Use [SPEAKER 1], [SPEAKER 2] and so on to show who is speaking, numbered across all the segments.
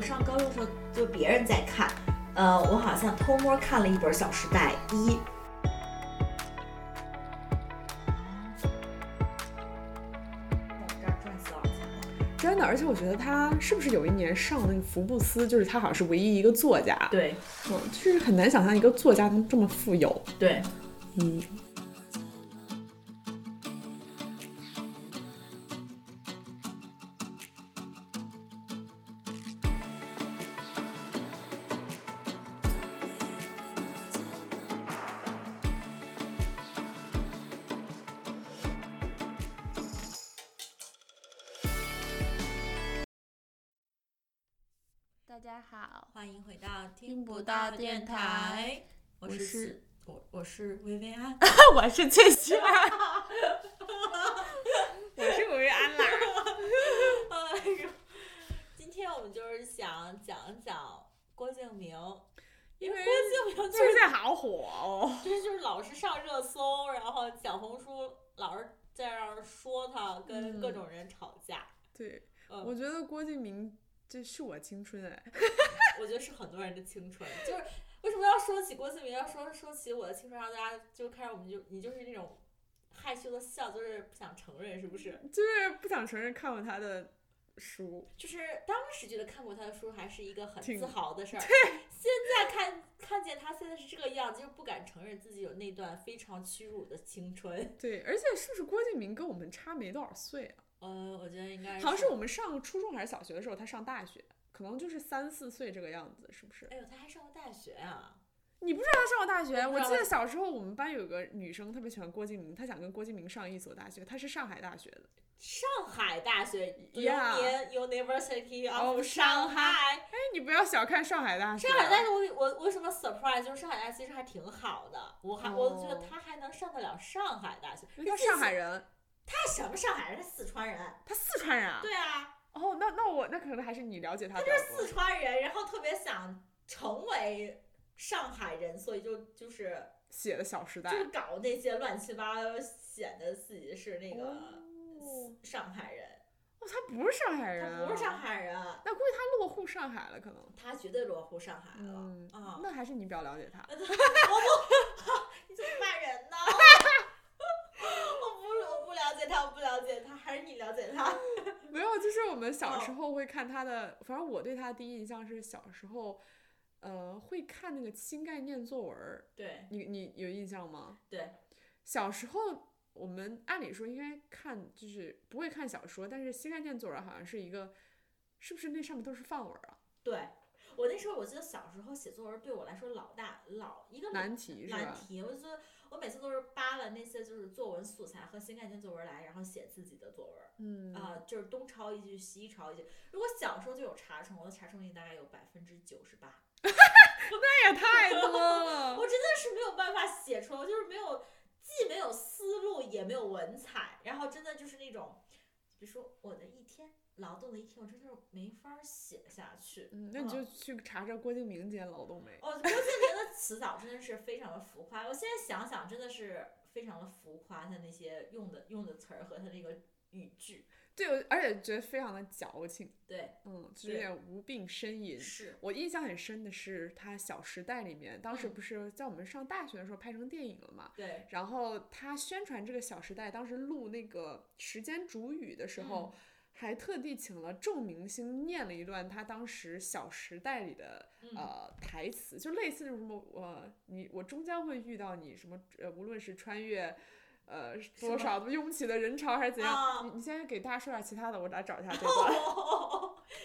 [SPEAKER 1] 上高中的时候，就别人在看，呃，我好像偷摸看了一本《小时代》一。
[SPEAKER 2] 真的，而且我觉得他是不是有一年上那个福布斯，就是他好像是唯一一个作家，
[SPEAKER 1] 对
[SPEAKER 2] 我就是很难想象一个作家能这么富有。
[SPEAKER 1] 对，
[SPEAKER 2] 嗯，
[SPEAKER 3] 大家好，
[SPEAKER 1] 欢迎回到
[SPEAKER 3] 听不到电台，
[SPEAKER 1] 我
[SPEAKER 3] 我
[SPEAKER 1] 是
[SPEAKER 3] 是
[SPEAKER 1] 我我是薇薇安，
[SPEAKER 2] 我是翠西安， 我是古月安啦。
[SPEAKER 1] 哎呦，今天我们就是想讲一讲郭敬明，因为郭敬明就是
[SPEAKER 2] 在好火哦，
[SPEAKER 1] 这就是老是上热搜，然后小红书老是在那儿说他，跟
[SPEAKER 2] 嗯
[SPEAKER 1] 各种人吵架。
[SPEAKER 2] 对，
[SPEAKER 1] 嗯
[SPEAKER 2] 我觉得郭敬明这是我青春哎，
[SPEAKER 1] 我觉得是很多人的青春，就是为什么要说起郭敬明，要说说起我的青春，让大家就开始我们就你就是那种害羞的笑，就是不想承认，是不是？
[SPEAKER 2] 就是不想承认看过他的书，
[SPEAKER 1] 就是当时觉得看过他的书还是一个很
[SPEAKER 2] 挺
[SPEAKER 1] 自豪的事儿，现在看看见他现在是这个样子，就是不敢承认自己有那段非常屈辱的青春。
[SPEAKER 2] 对，而且是不是郭敬明跟我们差没多少岁啊？
[SPEAKER 1] 呃，我觉得应该
[SPEAKER 2] 好像是我们上初中还是小学的时候，他上大学，可能就是三四岁这个样子，是不是？
[SPEAKER 1] 哎呦，他还上过大学啊！
[SPEAKER 2] 你不知道他上过大 学？
[SPEAKER 1] 我不
[SPEAKER 2] 我
[SPEAKER 1] 知道
[SPEAKER 2] 记得小时候我们班有个女生特别喜欢郭敬明，她想跟郭敬明上一所大学，她是上海大学的。
[SPEAKER 1] 上海大学
[SPEAKER 2] Yeah.
[SPEAKER 1] Union University of
[SPEAKER 2] Of
[SPEAKER 1] 上
[SPEAKER 2] 上
[SPEAKER 1] 海。
[SPEAKER 2] 哎，你不要小看上海大学
[SPEAKER 1] 上
[SPEAKER 2] 啊，
[SPEAKER 1] 海大学我我我为什么 surprise？就是上海大学其实还挺好的，我还、我
[SPEAKER 2] 哦
[SPEAKER 1] 觉得他还能上得了上海大学。
[SPEAKER 2] 因为她上海人，
[SPEAKER 1] 他什么上海人？是四川人。
[SPEAKER 2] 她四川人啊。
[SPEAKER 1] 对啊，
[SPEAKER 2] 哦，那那我那可能还是你了解她
[SPEAKER 1] 他
[SPEAKER 2] 比
[SPEAKER 1] 就
[SPEAKER 2] 较
[SPEAKER 1] 是四
[SPEAKER 2] 多。
[SPEAKER 1] 川人，然后特别想成为上海人，所以就就是
[SPEAKER 2] 写的《小时代
[SPEAKER 1] 就》是搞那些乱七八糟，显得自己是那个
[SPEAKER 2] 哦，
[SPEAKER 1] 上海人。
[SPEAKER 2] 哦，她不是上海人、啊
[SPEAKER 1] 他不是上。海人，啊
[SPEAKER 2] 那估计她落户上海了，可能。
[SPEAKER 1] 他绝对落户上海了啊。
[SPEAKER 2] 嗯，那还是你比较了解她。
[SPEAKER 1] 你怎么骂 人呢？我不是，我不了解他，我不了解他，还是你了解他。
[SPEAKER 2] 没有，就是我们小时候会看他
[SPEAKER 1] 嗯
[SPEAKER 2] 的，反正我对他的第一印象是小时候，呃，会看那个新概念作文儿，
[SPEAKER 1] 对
[SPEAKER 2] 你你有印象吗？
[SPEAKER 1] 对，
[SPEAKER 2] 小时候我们按理说应该看，就是不会看小说，但是新概念作文好像是一个，是不是那上面都是范文儿啊？
[SPEAKER 1] 对，我那时候我记得小时候写作文对我来说老大老一个
[SPEAKER 2] 难题是
[SPEAKER 1] 难
[SPEAKER 2] 吧？
[SPEAKER 1] 题，我就觉得我每次都是扒了那些就是作文素材和新概念作文来，然后写自己的作文。
[SPEAKER 2] 嗯
[SPEAKER 1] 啊、就是东抄一句，西抄一句。如果小时候就有查重，我的查重率大概有百分之九十八，
[SPEAKER 2] 那也太多了。
[SPEAKER 1] 我真的是没有办法写出来，我就是没有，既没有思路，也没有文采，然后真的就是那种，比如说我的一天劳动的一天，我真的是没法儿写下去。
[SPEAKER 2] 嗯，那你就去查查郭敬明今天劳动没？
[SPEAKER 1] 哦，郭敬明的词藻真的是非常的浮夸，我现在想想真的是非常的浮夸，他那些用的用的词儿和他那个语句，
[SPEAKER 2] 对，我而且觉得非常的矫情，
[SPEAKER 1] 对，
[SPEAKER 2] 嗯，就是有点无病呻吟。
[SPEAKER 1] 是，
[SPEAKER 2] 我印象很深的是他《小时代》里面，当时
[SPEAKER 1] 嗯
[SPEAKER 2] 不是在我们上大学的时候拍成电影了嘛？
[SPEAKER 1] 对，
[SPEAKER 2] 然后他宣传这个《小时代》，当时录那个时间煮雨的时候，
[SPEAKER 1] 嗯
[SPEAKER 2] 还特地请了众明星念了一段他当时《小时代》里的
[SPEAKER 1] 嗯，
[SPEAKER 2] 呃台词，就类似就是什么我你我终将会遇到你什么呃，无论是穿越。呃，多
[SPEAKER 1] 吗
[SPEAKER 2] 少拥挤的人潮还是怎样？
[SPEAKER 1] 啊哦
[SPEAKER 2] 你你先给大家说点其他的，我来找一下这段。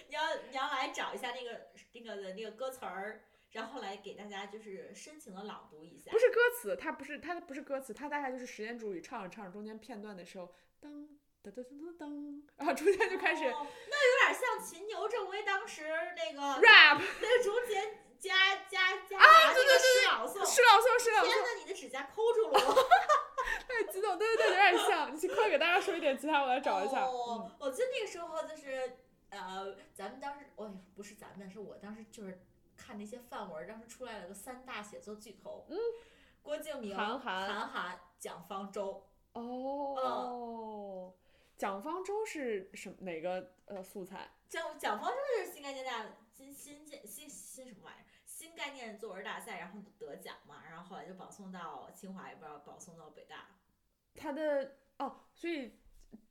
[SPEAKER 1] 你要你要来找一下那个那个的那个歌词儿，然后来给大家就是深情的朗读一下
[SPEAKER 2] 不。是歌词，它不是它不是歌词，它大概就是时间煮雨唱着唱着中间片段的时候，噔噔噔噔噔噔，然后中间就开始
[SPEAKER 1] 哦那有点像秦牛正威当时那个
[SPEAKER 2] rap，
[SPEAKER 1] 那个竹节加加加啊，对对对，朗诵。
[SPEAKER 2] 诗朗诵，诗朗
[SPEAKER 1] 天
[SPEAKER 2] 诵，
[SPEAKER 1] 呐，你的指甲抠住了我！
[SPEAKER 2] 太哎激动，对对对，有点像。你快给大家说一点其他，我来找一下。嗯
[SPEAKER 1] 哦，我记得那个时候就是，呃，咱们当时，哦，不是咱们，是我当时就是看那些范文儿，当时出来了个三大写作巨头，嗯，郭敬明、
[SPEAKER 2] 韩寒
[SPEAKER 1] 韩寒、蒋方舟，
[SPEAKER 2] 嗯
[SPEAKER 1] 嗯
[SPEAKER 2] 哦，蒋方舟是什哪个呃素材？
[SPEAKER 1] 蒋蒋方舟就是新概念大新新什么玩意儿，新概念作文大赛，然后得奖嘛，然后后来就保送到清华，也不知道保送到北大。
[SPEAKER 2] 他的哦，所以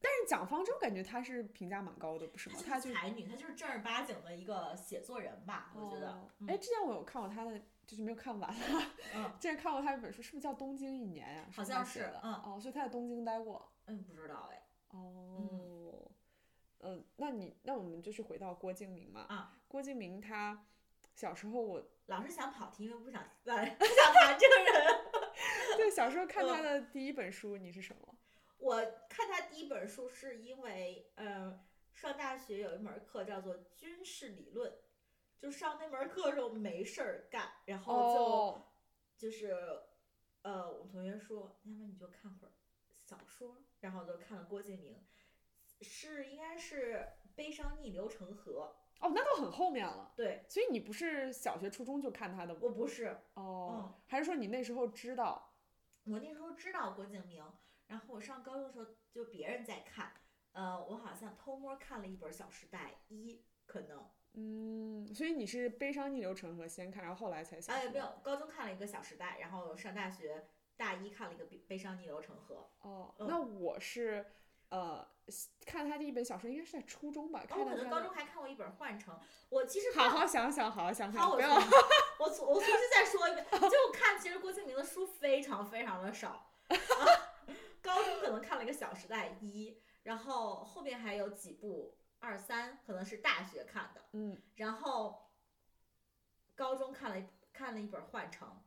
[SPEAKER 2] 但是蒋方舟感觉他是评价蛮高的，不是吗？
[SPEAKER 1] 她
[SPEAKER 2] 哦他
[SPEAKER 1] 就
[SPEAKER 2] 就是
[SPEAKER 1] 才女，她就是正儿八经的一个写作人吧，我觉得
[SPEAKER 2] 哦。
[SPEAKER 1] 嗯
[SPEAKER 2] 哎，之前我有看过他的，就是没有看完 啊。
[SPEAKER 1] 嗯
[SPEAKER 2] 之前看过他一本书，是不是叫《东京一年》呀？
[SPEAKER 1] 好
[SPEAKER 2] 不
[SPEAKER 1] 像
[SPEAKER 2] 他写
[SPEAKER 1] 是
[SPEAKER 2] 的
[SPEAKER 1] 嗯
[SPEAKER 2] 哦，所以他在东京待过。
[SPEAKER 1] 嗯，不知道哎。
[SPEAKER 2] 哦，嗯，那你那我们就是回到郭敬明嘛。
[SPEAKER 1] 啊，
[SPEAKER 2] 郭敬明他小时候我
[SPEAKER 1] 老是想跑题，因为不想不想谈这个人。
[SPEAKER 2] 对小时候
[SPEAKER 1] 嗯
[SPEAKER 2] 看他的第一本书，你是什么？
[SPEAKER 1] 我看他第一本书是因为，呃，上大学有一门课叫做军事理论，就上那门课的时候没事儿干，然后就、
[SPEAKER 2] 哦，
[SPEAKER 1] 就是，呃，我同学说，要不然你就看会儿小说，然后我就看了郭敬明，是应该是《悲伤逆流成河
[SPEAKER 2] 哦，那到很后面了》。。
[SPEAKER 1] 对，
[SPEAKER 2] 所以你不是小学、初中就看他的吗？
[SPEAKER 1] 我不是，嗯
[SPEAKER 2] 哦，还是说你那时候知道？
[SPEAKER 1] 我那时候知道郭敬明，然后我上高中的时候就别人在看，呃，我好像偷摸看了一本《小时代》一，可能，
[SPEAKER 2] 嗯，所以你是《悲伤逆流成河》先看，然后后来才想。
[SPEAKER 1] 哎，没有，高中看了一个《小时代》，然后上大学大一看了一个《悲悲伤逆流成河
[SPEAKER 2] 哦，
[SPEAKER 1] 嗯
[SPEAKER 2] 那我是呃看他第一本小说，应该是在初中吧，》，
[SPEAKER 1] 然后
[SPEAKER 2] 看
[SPEAKER 1] 哦我可能
[SPEAKER 2] 到他
[SPEAKER 1] 高
[SPEAKER 2] 的
[SPEAKER 1] 中还看过一本《幻城》，我其实
[SPEAKER 2] 好
[SPEAKER 1] 看
[SPEAKER 2] 好想想，好好想想，
[SPEAKER 1] 好，我
[SPEAKER 2] 不
[SPEAKER 1] 重
[SPEAKER 2] 要。
[SPEAKER 1] 新我重我重新再说一遍，就看其实郭敬明的书非常非常的少， 高中可能看了一个《小时代》一，然后后面还有几部二三，可能是大学看的，
[SPEAKER 2] 嗯，
[SPEAKER 1] 然后高中看了一看了一本《幻城》，
[SPEAKER 2] 嗯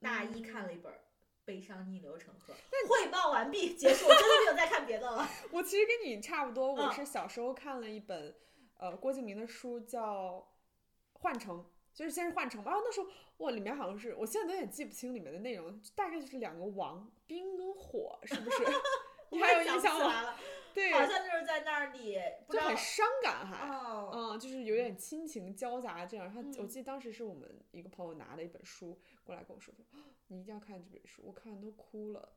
[SPEAKER 1] 大一看了一本。悲伤逆流成河，汇报完毕，结束。我真的没有再看别的 了。
[SPEAKER 2] 我其实跟你差不多，我
[SPEAKER 1] 嗯
[SPEAKER 2] 是小时候看了一本呃郭敬明的书，叫《幻城》。就是先是幻城吧，哦然后那时候哇，里面好像是我现在有点记不清里面的内容，大概就是两个王，冰跟火，是不是？ 你还有
[SPEAKER 1] 我也想
[SPEAKER 2] 印
[SPEAKER 1] 不
[SPEAKER 2] 象
[SPEAKER 1] 起
[SPEAKER 2] 吗？
[SPEAKER 1] 来了，
[SPEAKER 2] 对，
[SPEAKER 1] 好像就是在那里，不知
[SPEAKER 2] 就
[SPEAKER 1] 道
[SPEAKER 2] 很伤感还，
[SPEAKER 1] 哦，
[SPEAKER 2] 嗯，就是有点亲情交杂这样。他、我
[SPEAKER 1] 嗯
[SPEAKER 2] 记得当时是我们一个朋友拿了一本书过来跟我说说， 啊你一定要看这本书，我看完都哭了，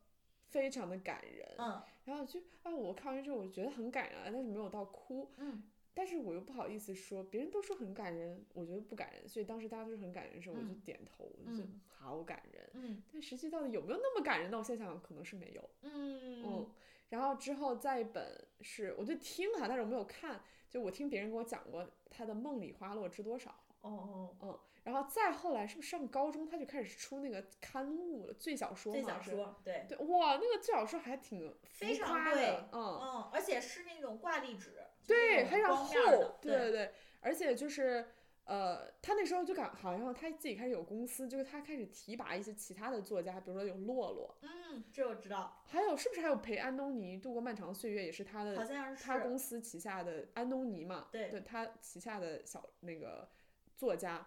[SPEAKER 2] 非常的感人。
[SPEAKER 1] 嗯
[SPEAKER 2] 然后我就啊，我看完之后我觉得很感人啊，但是没有到哭，
[SPEAKER 1] 嗯，
[SPEAKER 2] 但是我又不好意思说，别人都说很感人，我觉得不感人，所以当时大家都是很感人的时候，我就
[SPEAKER 1] 嗯
[SPEAKER 2] 点头，我就觉得
[SPEAKER 1] 嗯
[SPEAKER 2] 好感人。
[SPEAKER 1] 嗯
[SPEAKER 2] 但实际到底有没有那么感人呢？我现在想想，可能是没有。
[SPEAKER 1] 嗯
[SPEAKER 2] 嗯，然后之后再一本是我就听哈，但是我没有看，就我听别人给我讲过他的《梦里花落知多少》，
[SPEAKER 1] 哦哦，
[SPEAKER 2] 嗯，然后再后来是不是上高中他就开始出那个刊物了，最小说
[SPEAKER 1] 这
[SPEAKER 2] 嘛
[SPEAKER 1] 小
[SPEAKER 2] 是，
[SPEAKER 1] 说对，
[SPEAKER 2] 对，哇，那个最小说还挺浮
[SPEAKER 1] 非常
[SPEAKER 2] 夸
[SPEAKER 1] 贵
[SPEAKER 2] 的，嗯，
[SPEAKER 1] 嗯，而且是那种挂历纸，
[SPEAKER 2] 对，
[SPEAKER 1] 还
[SPEAKER 2] 非常
[SPEAKER 1] 光面儿
[SPEAKER 2] 厚
[SPEAKER 1] 的，，
[SPEAKER 2] 对对对，而且就是。呃，他那时候就感好像他自己开始有公司，就是他开始提拔一些其他的作家，比如说有洛洛，
[SPEAKER 1] 嗯，这我知道，
[SPEAKER 2] 还有是不是还有陪安东尼度过漫长的岁月，也是他的
[SPEAKER 1] 好像是
[SPEAKER 2] 他公司旗下的安东尼嘛，
[SPEAKER 1] 对
[SPEAKER 2] 他旗下的小那个作家，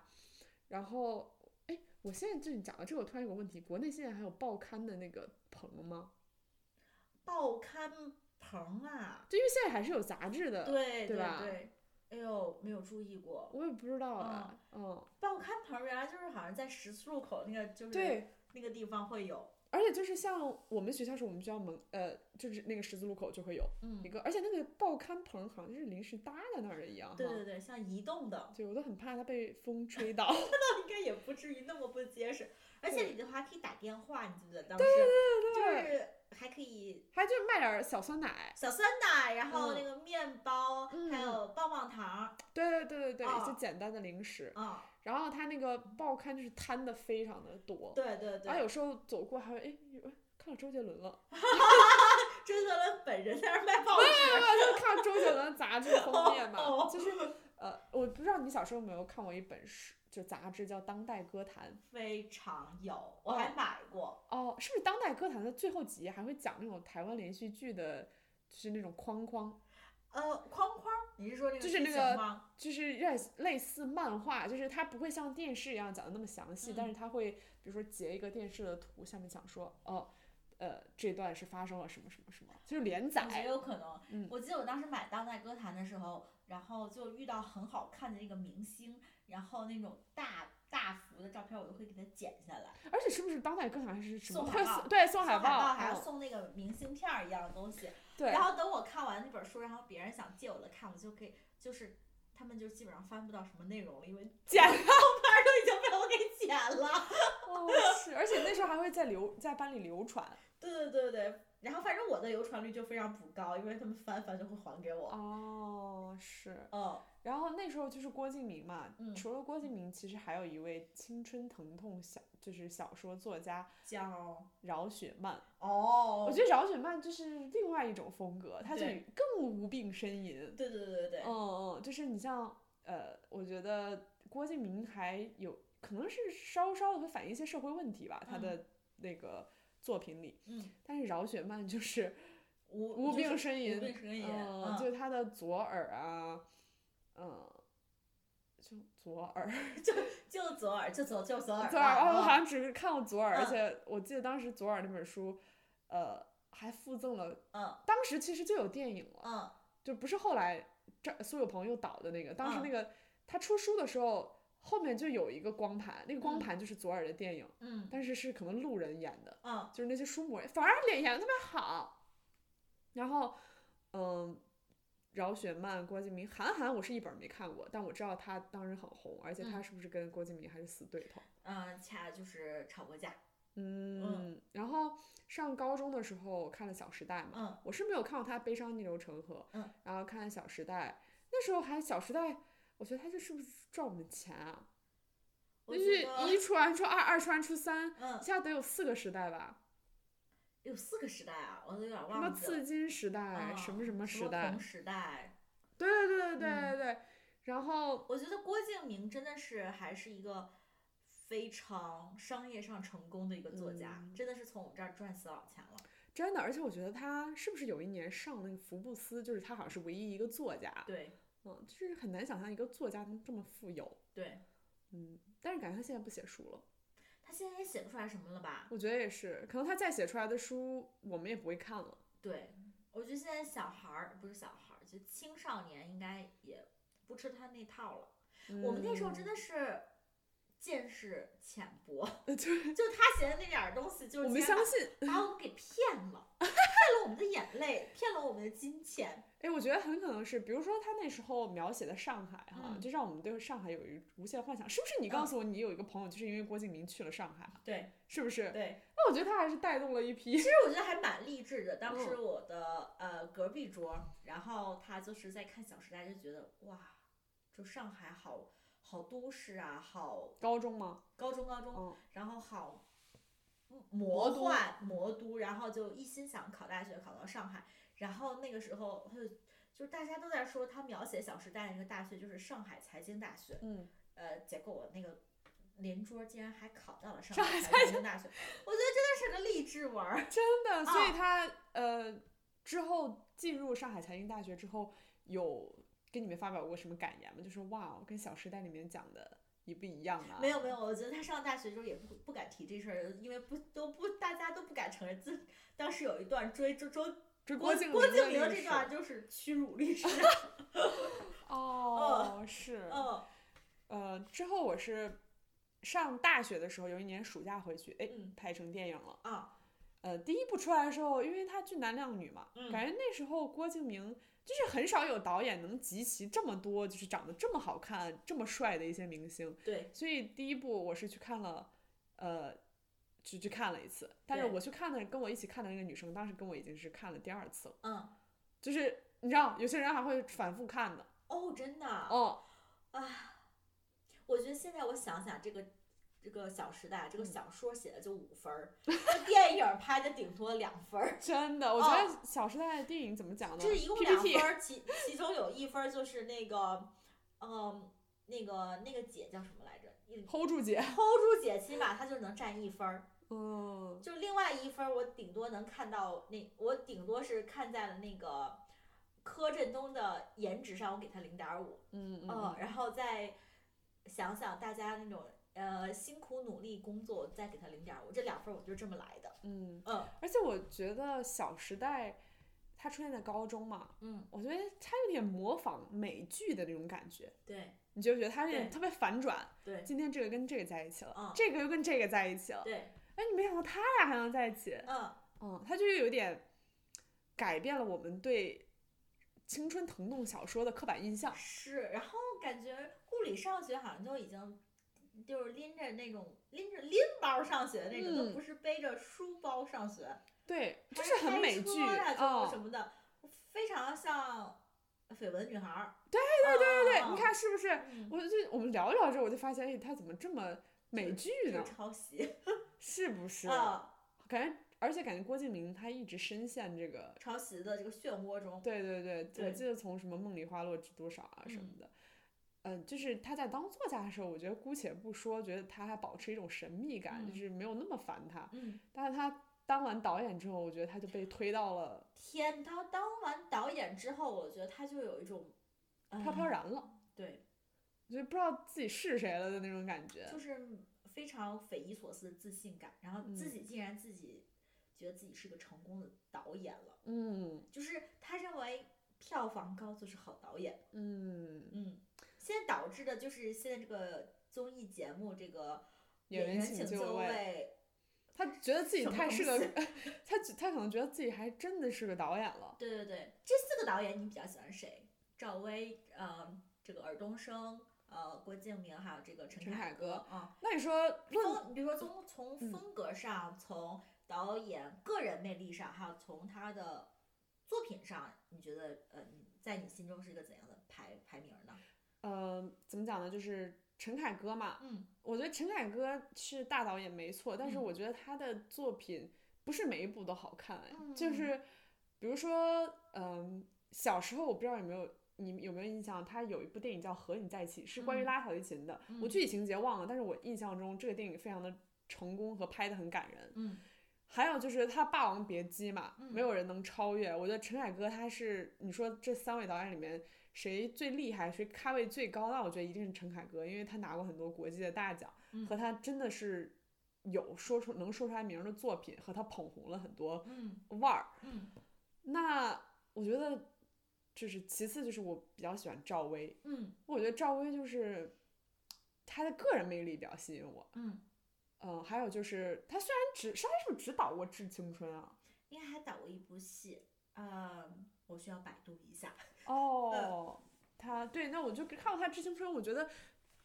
[SPEAKER 2] 然后哎，我现在就讲到这个，我突然有个问题，国内现在还有报刊的那个棚吗？
[SPEAKER 1] 报刊棚啊，
[SPEAKER 2] 就因为现在还是有杂志的，
[SPEAKER 1] 对
[SPEAKER 2] 对
[SPEAKER 1] 对
[SPEAKER 2] 吧
[SPEAKER 1] 哎呦，没有注意过，
[SPEAKER 2] 我也不知道啊，嗯，
[SPEAKER 1] 报刊棚原来就是好像在十字路口那个就是
[SPEAKER 2] 对，
[SPEAKER 1] 那个地方会有，
[SPEAKER 2] 而且就是像我们学校是我们学校门呃，就是那个十字路口就会有
[SPEAKER 1] 嗯
[SPEAKER 2] 一，个，而且那个报刊棚好像就是临时搭在那儿的一样，
[SPEAKER 1] 对
[SPEAKER 2] 哈
[SPEAKER 1] 对对，像移动的，
[SPEAKER 2] 对，我都很怕它被风吹倒。
[SPEAKER 1] 那应该也不至于那么不结实，而且
[SPEAKER 2] 对
[SPEAKER 1] 里头还可以打电话，你记不记得当时？对
[SPEAKER 2] 对
[SPEAKER 1] 就是还可以
[SPEAKER 2] 还就卖点儿小酸奶，
[SPEAKER 1] 小酸奶，然后
[SPEAKER 2] 嗯
[SPEAKER 1] 那个面包，
[SPEAKER 2] 嗯
[SPEAKER 1] 还有棒棒糖，
[SPEAKER 2] 对对对对对，一些
[SPEAKER 1] 哦
[SPEAKER 2] 简单的零食。
[SPEAKER 1] 嗯，
[SPEAKER 2] 然后他那个报刊就是摊的非常的多，
[SPEAKER 1] 对对
[SPEAKER 2] 然后
[SPEAKER 1] 对，
[SPEAKER 2] 有时候走过还会哎，有看到周杰伦了，
[SPEAKER 1] 周杰伦本人在那儿卖报纸，
[SPEAKER 2] 就看到周杰伦的杂志封面嘛，
[SPEAKER 1] 哦
[SPEAKER 2] 就是呃，我不知道你小时候有没有看过一本书，就杂志叫《当代歌坛》
[SPEAKER 1] 非常有，我还买过，
[SPEAKER 2] 哦，是不是《当代歌坛》的最后几页还会讲那种台湾连续剧的，就是那种框框，
[SPEAKER 1] 呃，框框，你是说那个
[SPEAKER 2] 就是那
[SPEAKER 1] 剧
[SPEAKER 2] 个
[SPEAKER 1] 情吗？
[SPEAKER 2] 就是类似类似漫画，就是它不会像电视一样讲的那么详细，
[SPEAKER 1] 嗯
[SPEAKER 2] 但是它会比如说截一个电视的图，下面讲说哦，呃，这段是发生了什么什么什么，就是连
[SPEAKER 1] 我觉得
[SPEAKER 2] 载。
[SPEAKER 1] 有可能。
[SPEAKER 2] 嗯
[SPEAKER 1] 我记得我当时买《当代歌坛》的时候，然后就遇到很好看的那个明星，然后那种大大幅的照片，我都会给它剪下来，
[SPEAKER 2] 而且是不是当代歌坛还是什么
[SPEAKER 1] 送海
[SPEAKER 2] 会
[SPEAKER 1] 报
[SPEAKER 2] 送对送
[SPEAKER 1] 送
[SPEAKER 2] 海
[SPEAKER 1] 海
[SPEAKER 2] 报，
[SPEAKER 1] 还要
[SPEAKER 2] 嗯
[SPEAKER 1] 送那个明信片儿一样的东西。
[SPEAKER 2] 对
[SPEAKER 1] 然，后等我看完那本书，然后别人想借我的看，我就可以，就是他们就基本上翻不到什么内容了，因为
[SPEAKER 2] 剪
[SPEAKER 1] 后边儿都显了。
[SPEAKER 2] 哦，是，而且那时候还会在流在班里流传。
[SPEAKER 1] 对对对对，然后反正我的流传率就非常不高，因为他们翻翻就会还给我。
[SPEAKER 2] 哦，是。
[SPEAKER 1] 哦，
[SPEAKER 2] 然后那时候就是郭敬明嘛，
[SPEAKER 1] 嗯
[SPEAKER 2] 除了郭敬明，其实还有一位青春疼痛小就是小说作家
[SPEAKER 1] 叫
[SPEAKER 2] 饶雪漫。
[SPEAKER 1] 哦，
[SPEAKER 2] 我觉得饶雪漫就是另外一种风格，她就
[SPEAKER 1] 对
[SPEAKER 2] 更无病呻吟。
[SPEAKER 1] 对对对对对，
[SPEAKER 2] 嗯嗯，就是你像呃，我觉得郭敬明还有可能是稍稍的会反映一些社会问题吧，他的那个作品里。
[SPEAKER 1] 嗯，
[SPEAKER 2] 但是饶雪漫就是
[SPEAKER 1] 无
[SPEAKER 2] 无
[SPEAKER 1] 就是
[SPEAKER 2] 病呻吟
[SPEAKER 1] 无病呻吟，
[SPEAKER 2] 嗯，
[SPEAKER 1] 嗯，
[SPEAKER 2] 就是他的左耳啊，嗯，就左 耳，
[SPEAKER 1] 就左耳，就左就左耳吧，
[SPEAKER 2] 左耳，哦，我好
[SPEAKER 1] 啊
[SPEAKER 2] 像只是看过左耳，而
[SPEAKER 1] 嗯
[SPEAKER 2] 且我记得当时左耳那本书，呃，还附赠了，
[SPEAKER 1] 嗯
[SPEAKER 2] 当时其实就有电影了，
[SPEAKER 1] 嗯
[SPEAKER 2] 就不是后来这苏有朋又导的那个，当时
[SPEAKER 1] 嗯
[SPEAKER 2] 那个他出书的时候。后面就有一个光盘，那个
[SPEAKER 1] 嗯
[SPEAKER 2] 光盘就是左耳的电影，
[SPEAKER 1] 嗯
[SPEAKER 2] 但是是可能路人演的，
[SPEAKER 1] 嗯，
[SPEAKER 2] 就是那些书模，反而脸演的特别好。然后，嗯，饶雪漫、郭敬明、韩寒，我是一本儿没看过，但我知道他当时很红，而且他
[SPEAKER 1] 嗯
[SPEAKER 2] 是不是跟郭敬明还是死对头？
[SPEAKER 1] 嗯，恰就是吵过架，
[SPEAKER 2] 嗯，
[SPEAKER 1] 嗯
[SPEAKER 2] 然后上高中的时候看了《小时代》嘛，
[SPEAKER 1] 嗯
[SPEAKER 2] 我是没有看过他《悲伤逆流成河》，
[SPEAKER 1] 嗯，
[SPEAKER 2] 然后看了《小时代》，那时候还《小时代》，我觉得他这是不是赚我们钱啊？
[SPEAKER 1] 我
[SPEAKER 2] 就
[SPEAKER 1] 觉
[SPEAKER 2] 是
[SPEAKER 1] 得
[SPEAKER 2] 一出完出二，二出完出三，
[SPEAKER 1] 嗯
[SPEAKER 2] 现在得有四个时代吧？
[SPEAKER 1] 有四个时代啊，我都有点
[SPEAKER 2] 什么
[SPEAKER 1] 忘记
[SPEAKER 2] 刺
[SPEAKER 1] 了，
[SPEAKER 2] 金时代，
[SPEAKER 1] 嗯
[SPEAKER 2] 什么什么时
[SPEAKER 1] 么
[SPEAKER 2] 代
[SPEAKER 1] 同，时代，
[SPEAKER 2] 对对对对对
[SPEAKER 1] 嗯
[SPEAKER 2] 对对。然后，
[SPEAKER 1] 我觉得郭敬明真的是还是一个非常商业上成功的一个作家，
[SPEAKER 2] 嗯
[SPEAKER 1] 真的是从我们这儿赚死老钱了。
[SPEAKER 2] 真的，而且我觉得他是不是有一年上那个福布斯，就是他好像是唯一一个作家，
[SPEAKER 1] 对
[SPEAKER 2] 嗯，就是很难想象一个作家能这么富有，
[SPEAKER 1] 对，
[SPEAKER 2] 嗯，但是感觉他现在不写书了，
[SPEAKER 1] 他现在也写不出来什么了吧？
[SPEAKER 2] 我觉得也是，可能他再写出来的书我们也不会看了，
[SPEAKER 1] 对，我觉得现在小孩儿不是小孩儿，就青少年应该也不吃他那套了。我们那时候真
[SPEAKER 2] 嗯
[SPEAKER 1] 的是见识浅薄，
[SPEAKER 2] 的就是
[SPEAKER 1] 就他写的那点儿东西，就是
[SPEAKER 2] 我们
[SPEAKER 1] 竟然
[SPEAKER 2] 相
[SPEAKER 1] 把
[SPEAKER 2] 信，
[SPEAKER 1] 把我们给骗了，骗了我们的眼泪，骗了我们的金钱。
[SPEAKER 2] 哎，我觉得很可能是，比如说他那时候描写的上海哈，
[SPEAKER 1] 嗯
[SPEAKER 2] 就让我们对上海有一无限幻想，是不是？你告
[SPEAKER 1] 嗯
[SPEAKER 2] 诉我，你有一个朋友就是因为郭敬明去了上海，
[SPEAKER 1] 对
[SPEAKER 2] 是不是？
[SPEAKER 1] 对，
[SPEAKER 2] 那我觉得他还是带动了一批
[SPEAKER 1] 其，实我觉得还蛮励志的。当时
[SPEAKER 2] 嗯
[SPEAKER 1] 我的、呃隔壁桌，然后他就是在看《小时代》，就觉得哇，就上海好好都市啊，好
[SPEAKER 2] 高中吗？
[SPEAKER 1] 高中高中，
[SPEAKER 2] 嗯，
[SPEAKER 1] 然后好嗯
[SPEAKER 2] 魔
[SPEAKER 1] 魔
[SPEAKER 2] 都
[SPEAKER 1] 幻魔都，然后就一心想考大学，考到上海。然后那个时候他就就是大家都在说他描写《小时代》那个大学就是上海财经大学，
[SPEAKER 2] 嗯，
[SPEAKER 1] 呃，结果我那个邻桌竟然还考到了上
[SPEAKER 2] 上
[SPEAKER 1] 海
[SPEAKER 2] 海
[SPEAKER 1] 财经大学，我觉得真的是个励志文儿。
[SPEAKER 2] 真的，所以
[SPEAKER 1] 哦
[SPEAKER 2] 他、呃之后进入上海财经大学之后，有跟你们发表过什么感言吗？就说哇，跟《小时代》里面讲的一不一样啊？
[SPEAKER 1] 没有没有，我觉得他上大学之后也不不敢提这事儿，因为不都不大家都不敢承认自当时有一段追追追
[SPEAKER 2] 这
[SPEAKER 1] 郭
[SPEAKER 2] 敬
[SPEAKER 1] 郭
[SPEAKER 2] 明
[SPEAKER 1] 敬
[SPEAKER 2] 的
[SPEAKER 1] 明
[SPEAKER 2] 历
[SPEAKER 1] 这
[SPEAKER 2] 史
[SPEAKER 1] 段就是屈辱历史。
[SPEAKER 2] 哦，是，
[SPEAKER 1] 嗯
[SPEAKER 2] 呃，之后我是上大学的时候，有一年暑假回去，哎，
[SPEAKER 1] 嗯
[SPEAKER 2] 拍成电影了。
[SPEAKER 1] 啊
[SPEAKER 2] 呃，第一部出来的时候，因为他俊男靓女嘛，
[SPEAKER 1] 嗯
[SPEAKER 2] 感觉那时候郭敬明就是很少有导演能集齐这么多，就是长得这么好看、这么帅的一些明星。
[SPEAKER 1] 对
[SPEAKER 2] 所以第一部我是去看了，呃，去去看了一次。但是
[SPEAKER 1] 对
[SPEAKER 2] 我去看的跟我一起看的那个女生，当时跟我已经是看了第二次了。
[SPEAKER 1] 嗯
[SPEAKER 2] 就是你知道，有些人还会反复看的。
[SPEAKER 1] 哦真的
[SPEAKER 2] 哦，
[SPEAKER 1] 我觉得现在我想想这个。这个《小时代》这个小说写的就五分儿，那电影拍的顶多两分 儿，
[SPEAKER 2] 真的，我觉得《小时代》的电影怎么讲呢？
[SPEAKER 1] 哦就是一共两
[SPEAKER 2] PPT
[SPEAKER 1] 分儿，其其中有一分儿就是那个，嗯，那个那个姐叫什么来着？一
[SPEAKER 2] hold 住姐。
[SPEAKER 1] hold 住姐，起码她就能占一分儿，
[SPEAKER 2] 嗯，
[SPEAKER 1] 就另外一分，我顶多能看到那，我顶多是看在了那个柯震东的颜值上，我给他零点五，
[SPEAKER 2] 嗯嗯
[SPEAKER 1] 嗯
[SPEAKER 2] 嗯，，
[SPEAKER 1] 然后再想想大家那种呃辛苦努力工作，再给他零点五，这两分我就这么来的，
[SPEAKER 2] 嗯，
[SPEAKER 1] 嗯
[SPEAKER 2] 而且我觉得《小时代》它出现在高中嘛，
[SPEAKER 1] 嗯，
[SPEAKER 2] 我觉得它有点模仿美剧的那种感觉，
[SPEAKER 1] 对
[SPEAKER 2] 你觉不觉得它有点
[SPEAKER 1] 对
[SPEAKER 2] 特别反转？
[SPEAKER 1] 对
[SPEAKER 2] 今天这个跟这个在一起了，
[SPEAKER 1] 嗯
[SPEAKER 2] 这个又跟这个在一起了，
[SPEAKER 1] 对，
[SPEAKER 2] 哎，你没想到他俩还能在一起，
[SPEAKER 1] 嗯，
[SPEAKER 2] 嗯，他就是有点改变了我们对青春
[SPEAKER 1] 嗯
[SPEAKER 2] 疼痛小说的刻板印象，
[SPEAKER 1] 是，然后感觉物理上学好像就已经就是拎着那种拎着拎包上学的那种，
[SPEAKER 2] 嗯
[SPEAKER 1] 都不是背着书包上学，
[SPEAKER 2] 对，就
[SPEAKER 1] 还
[SPEAKER 2] 是很
[SPEAKER 1] 开
[SPEAKER 2] 美
[SPEAKER 1] 车
[SPEAKER 2] 剧
[SPEAKER 1] 呀就什
[SPEAKER 2] 哦。
[SPEAKER 1] 么的，非常像绯闻女孩儿。
[SPEAKER 2] 对对对
[SPEAKER 1] 啊
[SPEAKER 2] 对，你，看是不是？
[SPEAKER 1] 嗯
[SPEAKER 2] 我就我们聊一聊之后，我就发现，哎，他怎么这么美剧
[SPEAKER 1] 就
[SPEAKER 2] 呢
[SPEAKER 1] 是？抄袭
[SPEAKER 2] 是不是？
[SPEAKER 1] 啊，
[SPEAKER 2] 感觉，而且感觉郭敬明他一直深陷这个，
[SPEAKER 1] 抄袭的这个漩涡中，
[SPEAKER 2] 对对对，我
[SPEAKER 1] 对
[SPEAKER 2] 记得从什么《梦里花落知多少》啊什么
[SPEAKER 1] 嗯
[SPEAKER 2] 的，嗯、就是他在当作家的时候，我觉得姑且不说，觉得他还保持一种神秘感，就
[SPEAKER 1] 嗯
[SPEAKER 2] 是没有那么烦他。
[SPEAKER 1] 嗯，
[SPEAKER 2] 但是他当完导演之后，我觉得他就被推到了
[SPEAKER 1] 天，他当完导演之后，我觉得他就有一种
[SPEAKER 2] 飘飘
[SPEAKER 1] 嗯
[SPEAKER 2] 然了，
[SPEAKER 1] 对，
[SPEAKER 2] 就不知道自己是谁了的那种感觉。
[SPEAKER 1] 就是非常匪夷所思的自信感，然后自
[SPEAKER 2] 嗯
[SPEAKER 1] 己竟然自己觉得自己是个成功的导演了，
[SPEAKER 2] 嗯
[SPEAKER 1] 就是他认为票房高就是好导演，
[SPEAKER 2] 嗯，
[SPEAKER 1] 嗯，现在导致的就是现在这个综艺节目这个
[SPEAKER 2] 演
[SPEAKER 1] 员
[SPEAKER 2] 员
[SPEAKER 1] 请
[SPEAKER 2] 请就
[SPEAKER 1] 位，
[SPEAKER 2] 他觉得自己
[SPEAKER 1] 什么
[SPEAKER 2] 太
[SPEAKER 1] 东
[SPEAKER 2] 是个
[SPEAKER 1] 西，
[SPEAKER 2] 他只他可能觉得自己还真的是个导演了。
[SPEAKER 1] 对对对，这四个导演你比较喜欢谁？赵薇，呃，这个尔冬升，呃，郭敬明，还有这个陈
[SPEAKER 2] 陈凯
[SPEAKER 1] 歌
[SPEAKER 2] 歌
[SPEAKER 1] 啊。
[SPEAKER 2] 那你说论
[SPEAKER 1] 风，比如说从从
[SPEAKER 2] 嗯
[SPEAKER 1] 风格上，从导演个人魅力上，还有从他的作品上，你觉得呃，你在你心中是一个怎样的排排名呢？
[SPEAKER 2] 呃，怎么讲呢？就是陈凯歌嘛，
[SPEAKER 1] 嗯，
[SPEAKER 2] 我觉得陈凯歌是大导演没错，但是
[SPEAKER 1] 嗯
[SPEAKER 2] 我觉得他的作品不是每一部都好看，哎
[SPEAKER 1] 嗯
[SPEAKER 2] 就
[SPEAKER 1] 嗯
[SPEAKER 2] 是比如说，嗯、小时候我不知道有没有你有没有印象，他有一部电影叫《和你在一起》，是关于
[SPEAKER 1] 嗯
[SPEAKER 2] 拉小提琴的，我
[SPEAKER 1] 嗯
[SPEAKER 2] 具体情节忘了，但是我印象中这个电影非常的成功和拍的很感人。
[SPEAKER 1] 嗯
[SPEAKER 2] 还有就是他《霸王别姬》嘛，
[SPEAKER 1] 嗯
[SPEAKER 2] 没有人能超越。我觉得陈凯歌他是，你说这三位导演里面谁最厉害，谁咖位最高，那我觉得一定是陈凯歌，因为他拿过很多国际的大奖，
[SPEAKER 1] 嗯
[SPEAKER 2] 和他真的是有说出能说出来名儿的作品，和他捧红了很多
[SPEAKER 1] 嗯
[SPEAKER 2] 腕儿。
[SPEAKER 1] 嗯
[SPEAKER 2] 那我觉得就是其次就是我比较喜欢赵薇，
[SPEAKER 1] 嗯
[SPEAKER 2] 我觉得赵薇就是她的个人魅力比较吸引我。
[SPEAKER 1] 嗯，
[SPEAKER 2] 嗯，还有就是她虽然只，她是不是只导过《致青春》啊？
[SPEAKER 1] 应该还导过一部戏，呃，我需要百度一下。
[SPEAKER 2] 哦，他对，那我就看过他《致青春》，我觉得《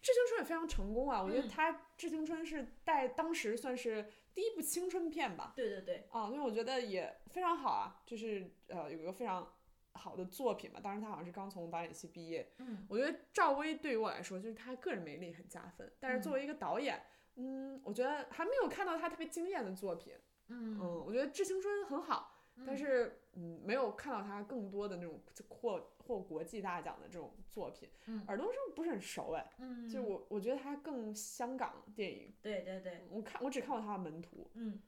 [SPEAKER 2] 致青春》也非常成功啊。我觉得
[SPEAKER 1] 嗯
[SPEAKER 2] 他《致青春》是在当时算是第一部青春片吧，
[SPEAKER 1] 对对对，
[SPEAKER 2] 啊，因为我觉得也非常好啊，就是呃有一个非常好的作品嘛。当时他好像是刚从导演系毕业，
[SPEAKER 1] 嗯
[SPEAKER 2] 我觉得赵薇对于我来说就是她个人魅力很加分，但是作为一个导演，嗯，我觉得还没有看到她特别惊艳的作品。
[SPEAKER 1] 嗯
[SPEAKER 2] 嗯，我觉得《致青春》很好。但是嗯，没有看到他更多的那种获获国际大奖的这种作品。
[SPEAKER 1] 嗯
[SPEAKER 2] 耳东升不是很熟哎，
[SPEAKER 1] 嗯，
[SPEAKER 2] 就我我觉得他更香港电影，
[SPEAKER 1] 对对对，
[SPEAKER 2] 我看我只看过他的《门徒
[SPEAKER 1] 嗯，》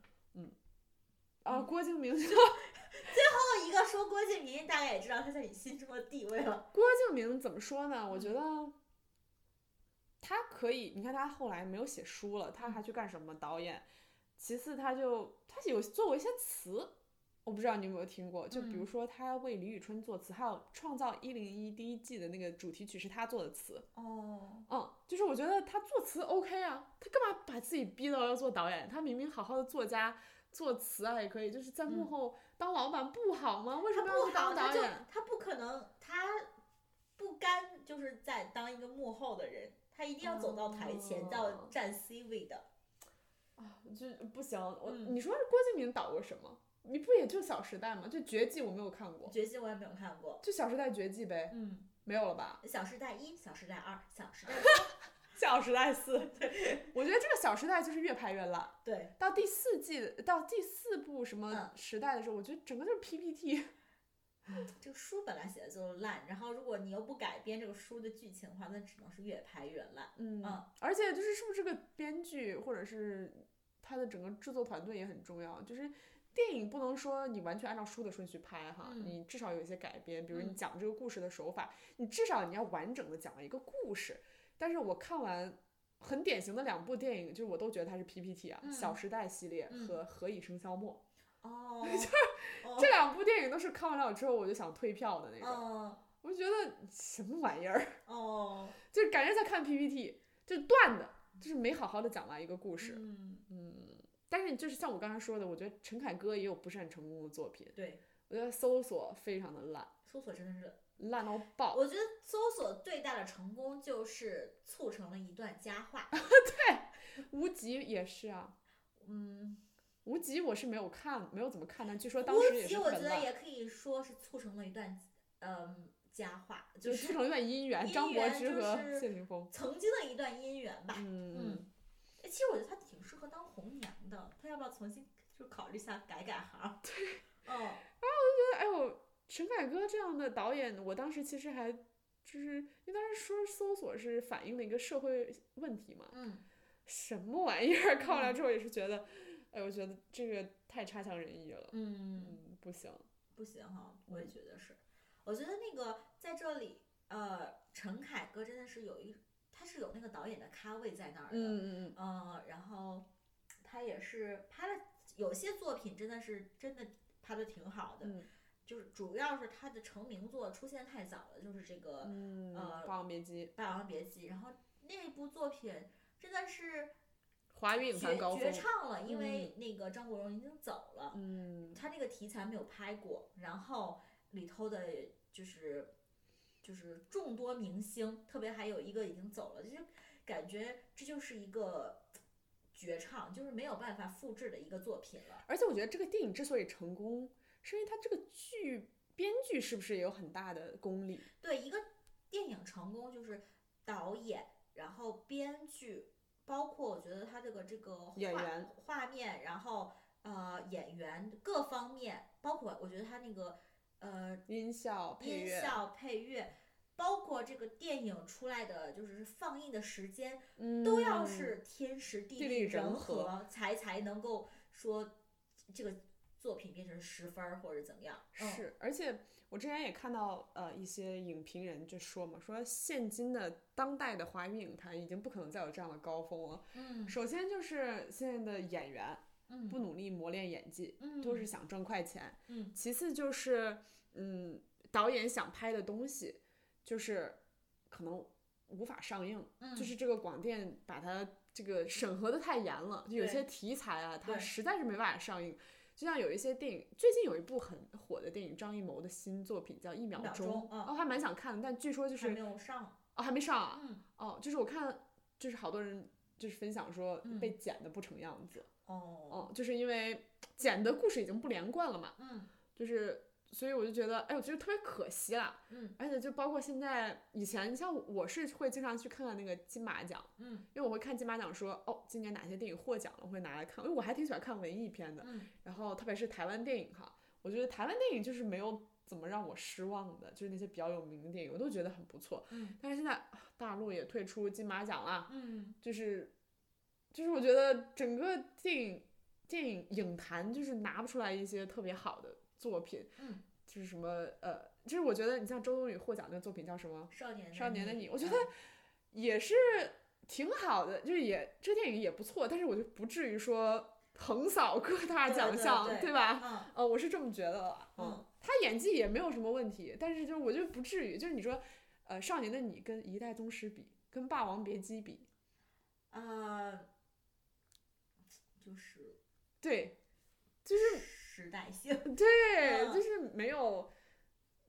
[SPEAKER 2] 啊，
[SPEAKER 1] 嗯
[SPEAKER 2] 郭敬 明，
[SPEAKER 1] 最后哦一个说郭敬明，大概也知道他在你心中的地位了。
[SPEAKER 2] 郭敬明怎么说呢？
[SPEAKER 1] 嗯
[SPEAKER 2] 我觉得。他可以，你看他后来没有写书了，
[SPEAKER 1] 嗯
[SPEAKER 2] 他还去干什么导演？其次，他就他有做过一些词，我不知道你有没有听过，就比如
[SPEAKER 1] 嗯
[SPEAKER 2] 说他为李宇春作词，还有《创造一零一》第一季的那个主题曲是他做的词，
[SPEAKER 1] 哦，
[SPEAKER 2] 嗯，就是我觉得他作词 OK 啊，他干嘛把自己逼到要做导演？他明明好好的作家、作词啊也可以，就是在幕
[SPEAKER 1] 嗯
[SPEAKER 2] 后当老板不好吗？为什
[SPEAKER 1] 他
[SPEAKER 2] 么要
[SPEAKER 1] 不
[SPEAKER 2] 去
[SPEAKER 1] 好，
[SPEAKER 2] 当
[SPEAKER 1] 他
[SPEAKER 2] 导
[SPEAKER 1] 就
[SPEAKER 2] 演？
[SPEAKER 1] 他不可能，他不甘就是在当一个幕后的人，他一定要走到台前，到
[SPEAKER 2] 哦
[SPEAKER 1] 站 C 位的。
[SPEAKER 2] 啊，就不行，我、
[SPEAKER 1] 嗯
[SPEAKER 2] 你说郭敬明导过什么？你不也就《小时代》吗？就《绝技》我没有看过，
[SPEAKER 1] 绝技我也没有看过。
[SPEAKER 2] 就《小时代》《绝技》呗，
[SPEAKER 1] 嗯，
[SPEAKER 2] 没有了吧？
[SPEAKER 1] 《小时代一》《小时代二》《小 时代三》
[SPEAKER 2] 《 小时代四》 我觉得这个《小时代》就是越拍越烂。
[SPEAKER 1] 对，
[SPEAKER 2] 到第四季的到第四部什么
[SPEAKER 1] 嗯
[SPEAKER 2] 时代的时候，我觉得整个就是 PPT。
[SPEAKER 1] 这个书本来写的就烂，然后如果你又不改编这个书的剧情的话，那只能是越拍越烂。
[SPEAKER 2] 嗯
[SPEAKER 1] 嗯，
[SPEAKER 2] 而且就是是不是这个编剧或者是他的整个制作团队也很重要，就是。电影不能说你完全按照书的顺序拍哈，
[SPEAKER 1] 嗯
[SPEAKER 2] 你至少有一些改编，比如你
[SPEAKER 1] 嗯
[SPEAKER 2] 讲这个故事的手法，你至少你要完整的讲一个故事。但是我看完很典型的两部电影，就是我都觉得它是 PPT 啊，
[SPEAKER 1] 嗯
[SPEAKER 2] 小时代》系列
[SPEAKER 1] 嗯
[SPEAKER 2] 和《何以笙箫默
[SPEAKER 1] 哦，》
[SPEAKER 2] 这两部电影都是看完了之后我就想退票的那种，
[SPEAKER 1] 哦
[SPEAKER 2] 我就觉得什么玩意儿，
[SPEAKER 1] 哦，
[SPEAKER 2] 就是感觉在看 PPT，就是断的，就是没好好的讲完一个故事。
[SPEAKER 1] 嗯，
[SPEAKER 2] 嗯，但是就是像我刚才说的，我觉得陈凯歌也有不是很成功的作品，
[SPEAKER 1] 对，
[SPEAKER 2] 我觉得《搜索》非常的烂，
[SPEAKER 1] 搜索真的是
[SPEAKER 2] 烂到爆。
[SPEAKER 1] 我觉得搜索最大的成功就是促成了一段佳话。
[SPEAKER 2] 无极也是啊，
[SPEAKER 1] 嗯，
[SPEAKER 2] 无极我是没有看，没有怎么看，但据说当
[SPEAKER 1] 无
[SPEAKER 2] 时也
[SPEAKER 1] 极
[SPEAKER 2] 是
[SPEAKER 1] 我觉
[SPEAKER 2] 很
[SPEAKER 1] 得
[SPEAKER 2] 烂，
[SPEAKER 1] 也可以说是促成了一段嗯佳话，
[SPEAKER 2] 就
[SPEAKER 1] 就是
[SPEAKER 2] 促
[SPEAKER 1] 是
[SPEAKER 2] 成一段姻缘，
[SPEAKER 1] 姻
[SPEAKER 2] 张柏
[SPEAKER 1] 缘
[SPEAKER 2] 芝
[SPEAKER 1] 就
[SPEAKER 2] 和
[SPEAKER 1] 是
[SPEAKER 2] 谢霆锋。
[SPEAKER 1] 曾经的一段姻缘吧。
[SPEAKER 2] 嗯，
[SPEAKER 1] 嗯，哎其实我觉得她挺适合当红娘的，她要不要重新就考虑一下改改行？对，嗯，
[SPEAKER 2] 对，哎呦，陈凯歌这样的导演，我当时其实还就是因为当时说搜索是反映了一个社会问题嘛，
[SPEAKER 1] 嗯，
[SPEAKER 2] 什么玩意儿？ 看完了之后也是觉得，哎，我觉得这个太差强人意了，
[SPEAKER 1] 嗯，
[SPEAKER 2] 嗯，不行。
[SPEAKER 1] 不行哈，我也觉得是。我觉得那个在这里，呃，陈凯歌真的是有一，他是有那个导演的咖位在那儿的。
[SPEAKER 2] 嗯嗯
[SPEAKER 1] 呃，然后他也是拍了有些作品，真的是真的拍的挺好的，
[SPEAKER 2] 嗯
[SPEAKER 1] 就是主要是他的成名作出现太早了，就是这个《
[SPEAKER 2] 嗯，
[SPEAKER 1] 呃
[SPEAKER 2] 《霸王别姬》
[SPEAKER 1] 霸王别姬》，然后那部作品真的是
[SPEAKER 2] 华语影坛
[SPEAKER 1] 绝
[SPEAKER 2] 高
[SPEAKER 1] 绝
[SPEAKER 2] 峰。
[SPEAKER 1] 唱了，因为那个张国荣已经走了，
[SPEAKER 2] 嗯，
[SPEAKER 1] 他这个题材没有拍过，然后里头的就是就是众多明星，特别还有一个已经走了，就是感觉这就是一个绝唱，就是没有办法复制的一个作品了。
[SPEAKER 2] 而且我觉得这个电影之所以成功，是因为它这个剧编剧是不是也有很大的功力？
[SPEAKER 1] 对，一个电影成功就是导演，然后编剧，包括我觉得他这个这个画
[SPEAKER 2] 演员
[SPEAKER 1] 画面，然后呃演员各方面，包括我觉得他那个呃
[SPEAKER 2] 音效、配
[SPEAKER 1] 音
[SPEAKER 2] 乐，
[SPEAKER 1] 效、配乐，包括这个电影出来的就是放映的时间，
[SPEAKER 2] 嗯，
[SPEAKER 1] 都要是天时地
[SPEAKER 2] 地
[SPEAKER 1] 利
[SPEAKER 2] 利人和
[SPEAKER 1] 和，才才能够说这个作品变成十分儿或者怎么样。嗯、
[SPEAKER 2] 是，而且我之前也看到呃一些影评人就说嘛，说现今的当代的华语影坛已经不可能再有这样的高峰了。
[SPEAKER 1] 嗯，
[SPEAKER 2] 首先就是现在的演员
[SPEAKER 1] 嗯
[SPEAKER 2] 不努力磨练演技，
[SPEAKER 1] 嗯
[SPEAKER 2] 都是想挣快钱。
[SPEAKER 1] 嗯
[SPEAKER 2] 其次就是嗯导演想拍的东西，就是可能无法上映，
[SPEAKER 1] 嗯
[SPEAKER 2] 就是这个广电把它这个审核的太严了，就有
[SPEAKER 1] 对
[SPEAKER 2] 些题材啊，它
[SPEAKER 1] 对
[SPEAKER 2] 实在是没办法上映。就像有一些电影，最近有一部很火的电影，张艺谋的新作品叫《一秒
[SPEAKER 1] 秒
[SPEAKER 2] 钟》，
[SPEAKER 1] 钟嗯
[SPEAKER 2] 哦，还蛮想看的，但据说就
[SPEAKER 1] 还
[SPEAKER 2] 是
[SPEAKER 1] 没有上。
[SPEAKER 2] 哦还没上啊，
[SPEAKER 1] 嗯，
[SPEAKER 2] 哦，就是我看就是好多人就是分享说
[SPEAKER 1] 嗯
[SPEAKER 2] 被剪的不成样子，
[SPEAKER 1] 哦，
[SPEAKER 2] 哦，就是因为剪的故事已经不连贯了嘛，
[SPEAKER 1] 嗯
[SPEAKER 2] 就是，所以我就觉得，哎，我觉得特别可惜啦。
[SPEAKER 1] 嗯
[SPEAKER 2] 而且就包括现在，以前像我是会经常去看看那个金马奖，
[SPEAKER 1] 嗯
[SPEAKER 2] 因为我会看金马奖说，哦，今年哪些电影获奖了，我会拿来看，因为我还挺喜欢看文艺片的。
[SPEAKER 1] 嗯
[SPEAKER 2] 然后特别是台湾电影哈，我觉得台湾电影就是没有怎么让我失望的，就是那些比较有名的电影，我都觉得很不错。
[SPEAKER 1] 嗯
[SPEAKER 2] 但是现在啊大陆也退出金马奖啦，
[SPEAKER 1] 嗯，
[SPEAKER 2] 就是，就是我觉得整个电影电影影坛就是拿不出来一些特别好的作品，
[SPEAKER 1] 嗯，
[SPEAKER 2] 就是什么呃，就是我觉得你像周冬雨获奖那个作品叫什么
[SPEAKER 1] 少年
[SPEAKER 2] 《少年的你》，我觉
[SPEAKER 1] 嗯
[SPEAKER 2] 得也是挺好的，就是也这电影也不错，但是我就不至于说横扫各大
[SPEAKER 1] 对
[SPEAKER 2] 奖
[SPEAKER 1] 对
[SPEAKER 2] 项，
[SPEAKER 1] 对
[SPEAKER 2] 吧？
[SPEAKER 1] 嗯
[SPEAKER 2] 呃，我是这么觉得的，
[SPEAKER 1] 嗯，
[SPEAKER 2] 他演技也没有什么问题，但是就是我就不至于，就是你说，呃，《少年的你》跟《一代宗师》比，跟《霸王别姬》比，
[SPEAKER 1] 呃，就是
[SPEAKER 2] 对，就是
[SPEAKER 1] 时代性。
[SPEAKER 2] 对，
[SPEAKER 1] 嗯
[SPEAKER 2] 就是没有，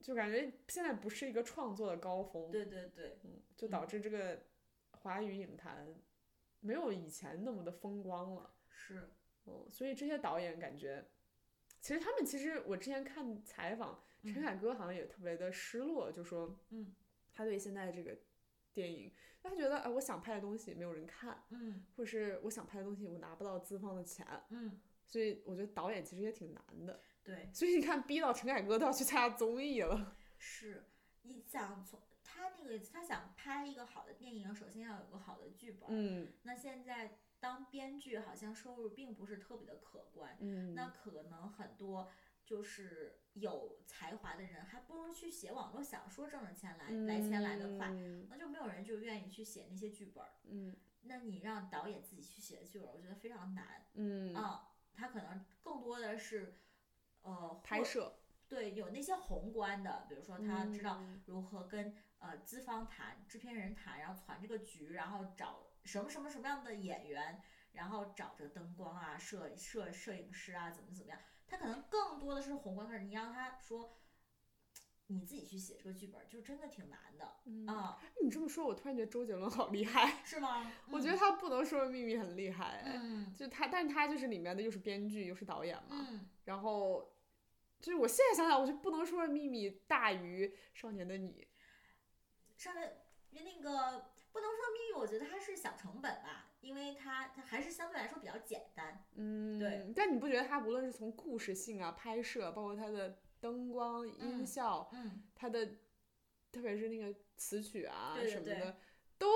[SPEAKER 2] 就感觉现在不是一个创作的高峰，
[SPEAKER 1] 对对对，
[SPEAKER 2] 嗯，就导致这个华语影坛没有以前那么的风光了，
[SPEAKER 1] 是。
[SPEAKER 2] 嗯，所以这些导演感觉，其实他们其实我之前看采访，
[SPEAKER 1] 嗯
[SPEAKER 2] 陈凯歌好像也特别的失落，就说，
[SPEAKER 1] 嗯，
[SPEAKER 2] 他对现在这个电影，他觉得啊、我想拍的东西没有人看，
[SPEAKER 1] 嗯
[SPEAKER 2] 或者是我想拍的东西我拿不到资方的钱，
[SPEAKER 1] 嗯，
[SPEAKER 2] 所以我觉得导演其实也挺难的。
[SPEAKER 1] 对。
[SPEAKER 2] 所以你看，逼到陈凯歌都要去参加综艺了。
[SPEAKER 1] 是，你想从他那个他想拍一个好的电影，首先要有个好的剧本儿。
[SPEAKER 2] 嗯
[SPEAKER 1] 那现在当编剧好像收入并不是特别的可观，
[SPEAKER 2] 嗯
[SPEAKER 1] 那可能很多就是有才华的人，还不如去写网络小说挣着钱来、来钱来得快，
[SPEAKER 2] 嗯
[SPEAKER 1] 那就没有人就愿意去写那些剧本儿。
[SPEAKER 2] 嗯
[SPEAKER 1] 那你让导演自己去写剧本儿，我觉得非常难。
[SPEAKER 2] 嗯
[SPEAKER 1] 啊，他可能更多的是，呃，
[SPEAKER 2] 拍
[SPEAKER 1] 或
[SPEAKER 2] 摄
[SPEAKER 1] 对有那些宏观的，比如说他知道
[SPEAKER 2] 嗯
[SPEAKER 1] 如何跟呃资方谈、制片人谈，然后攒这个局，然后找什么什么什么样的演员，然后找这个灯光啊、摄摄摄影师啊，怎么怎么样，他可能更多的是宏观，可是你让他说。你自己去写这个剧本，就真的挺难的
[SPEAKER 2] 嗯，
[SPEAKER 1] 啊、
[SPEAKER 2] 你这么说，我突然觉得周杰伦好厉害。
[SPEAKER 1] 是吗？
[SPEAKER 2] 我觉得他不能说的秘密很厉害，哎
[SPEAKER 1] 嗯
[SPEAKER 2] 就他，但是他就是里面的又是编剧又是导演嘛，
[SPEAKER 1] 嗯，
[SPEAKER 2] 然后就是我现在想想，我就不能说的秘密大于少年的你，
[SPEAKER 1] 上面那个不能说秘密，我觉得它是小成本吧，因为它它还是相对来说比较简单。
[SPEAKER 2] 嗯，
[SPEAKER 1] 对。
[SPEAKER 2] 但你不觉得他无论是从故事性啊、拍摄，包括他的灯光、音
[SPEAKER 1] 嗯
[SPEAKER 2] 效，
[SPEAKER 1] 嗯，
[SPEAKER 2] 他的特别是那个词曲啊
[SPEAKER 1] 对对
[SPEAKER 2] 什么
[SPEAKER 1] 对
[SPEAKER 2] 的，都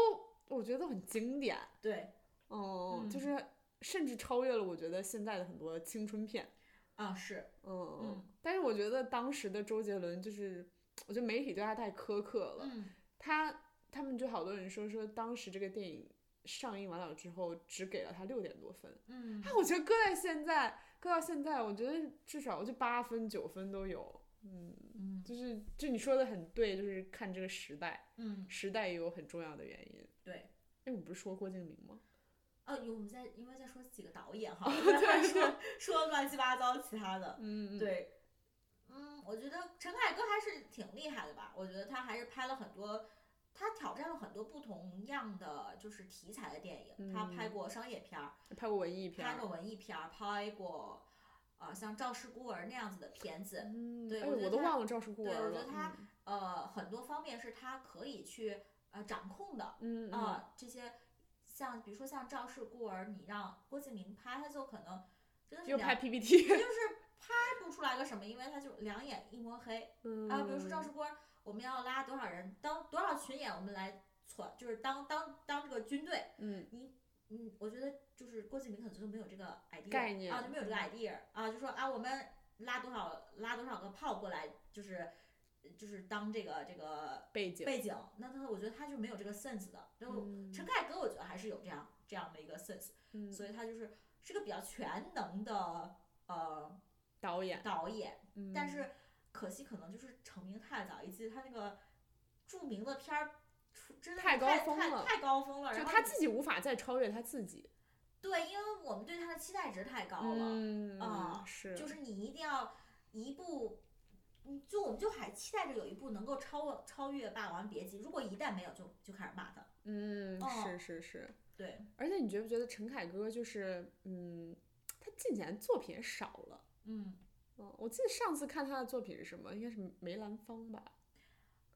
[SPEAKER 2] 我觉得都很经典，
[SPEAKER 1] 对
[SPEAKER 2] 嗯，
[SPEAKER 1] 嗯
[SPEAKER 2] 就是甚至超越了我觉得现在的很多青春片。
[SPEAKER 1] 啊、是，
[SPEAKER 2] 嗯，
[SPEAKER 1] 嗯
[SPEAKER 2] 但是我觉得当时的周杰伦就是，我觉得媒体对他太苛刻了。
[SPEAKER 1] 嗯
[SPEAKER 2] 他他们就好多人说说当时这个电影上映完了之后，只给了他六点多分。
[SPEAKER 1] 嗯
[SPEAKER 2] 啊，我觉得搁在现在，搁到现在，我觉得至少就八分九分都有。嗯，
[SPEAKER 1] 嗯
[SPEAKER 2] 就是就你说的很对，就是看这个时代，
[SPEAKER 1] 嗯，
[SPEAKER 2] 时代也有很重要的原因。
[SPEAKER 1] 对。
[SPEAKER 2] 哎，我不是说郭敬明吗？
[SPEAKER 1] 哦，有我们再因为再说几个导演 哈，对说说乱七八糟其他的，
[SPEAKER 2] 嗯，
[SPEAKER 1] 对。嗯，我觉得陈凯歌还是挺厉害的吧。我觉得他还是拍了很多，他挑战了很多不同样的就是题材的电影。他拍
[SPEAKER 2] 嗯
[SPEAKER 1] 过商业片儿，
[SPEAKER 2] 拍过文艺片
[SPEAKER 1] 拍
[SPEAKER 2] 儿。
[SPEAKER 1] 过文艺片儿，拍过呃像《赵氏孤儿》那样子的片子，
[SPEAKER 2] 嗯，
[SPEAKER 1] 对
[SPEAKER 2] 哎，
[SPEAKER 1] 我觉得
[SPEAKER 2] 我都
[SPEAKER 1] 他
[SPEAKER 2] 忘了赵氏孤
[SPEAKER 1] 对
[SPEAKER 2] 儿
[SPEAKER 1] 我觉
[SPEAKER 2] 了嗯
[SPEAKER 1] 得。他呃很多方面是他可以去呃掌控的啊、
[SPEAKER 2] 嗯嗯嗯
[SPEAKER 1] 呃这些像比如说像《赵氏孤儿》，你让郭敬明拍，他就可能真的
[SPEAKER 2] 嗯，
[SPEAKER 1] 是
[SPEAKER 2] 又
[SPEAKER 1] 两
[SPEAKER 2] 拍 PPT
[SPEAKER 1] 就。是拍不出来个什么，因为他就两眼一抹黑。
[SPEAKER 2] 嗯，
[SPEAKER 1] 啊，比如说赵氏孤儿，我们要拉多少人，当多少群演，我们来传，就是当当当这个军队，
[SPEAKER 2] 嗯
[SPEAKER 1] 嗯，我觉得就是郭敬明可能就没有这个 idea
[SPEAKER 2] 概念嗯
[SPEAKER 1] 啊，就没有这个 idea 啊，就说啊，我们拉多少拉多少个炮过来，就是就是当这个这个
[SPEAKER 2] 背景。
[SPEAKER 1] 背景，那他我觉得他就没有这个 sense 的。然后
[SPEAKER 2] 嗯
[SPEAKER 1] 陈凯歌我觉得还是有这样这样的一个 sense，
[SPEAKER 2] 嗯，
[SPEAKER 1] 所以他就是是个比较全能的呃
[SPEAKER 2] 导演。
[SPEAKER 1] 导演，
[SPEAKER 2] 嗯
[SPEAKER 1] 但是可惜可能就是成名太早，以及他那个著名的片儿出真的是
[SPEAKER 2] 太高
[SPEAKER 1] 太
[SPEAKER 2] 峰
[SPEAKER 1] 太
[SPEAKER 2] 了
[SPEAKER 1] 太高峰了，
[SPEAKER 2] 就
[SPEAKER 1] 然后
[SPEAKER 2] 他
[SPEAKER 1] 你
[SPEAKER 2] 自己无法再超越他自己。
[SPEAKER 1] 对，因为我们对他的期待值太高了，
[SPEAKER 2] 嗯
[SPEAKER 1] 啊
[SPEAKER 2] 是，
[SPEAKER 1] 就是你一定要一部，嗯，就我们就还期待着有一部能够超超越《霸王别姬》，如果一旦没有就，就开始骂他。
[SPEAKER 2] 嗯，
[SPEAKER 1] 哦
[SPEAKER 2] 是是是。
[SPEAKER 1] 对，
[SPEAKER 2] 而且你觉不觉得陈凯歌就是，嗯，他近几年作品也少了。
[SPEAKER 1] 嗯，
[SPEAKER 2] 嗯，我记得上次看他的作品是什么，应该是梅兰芳吧？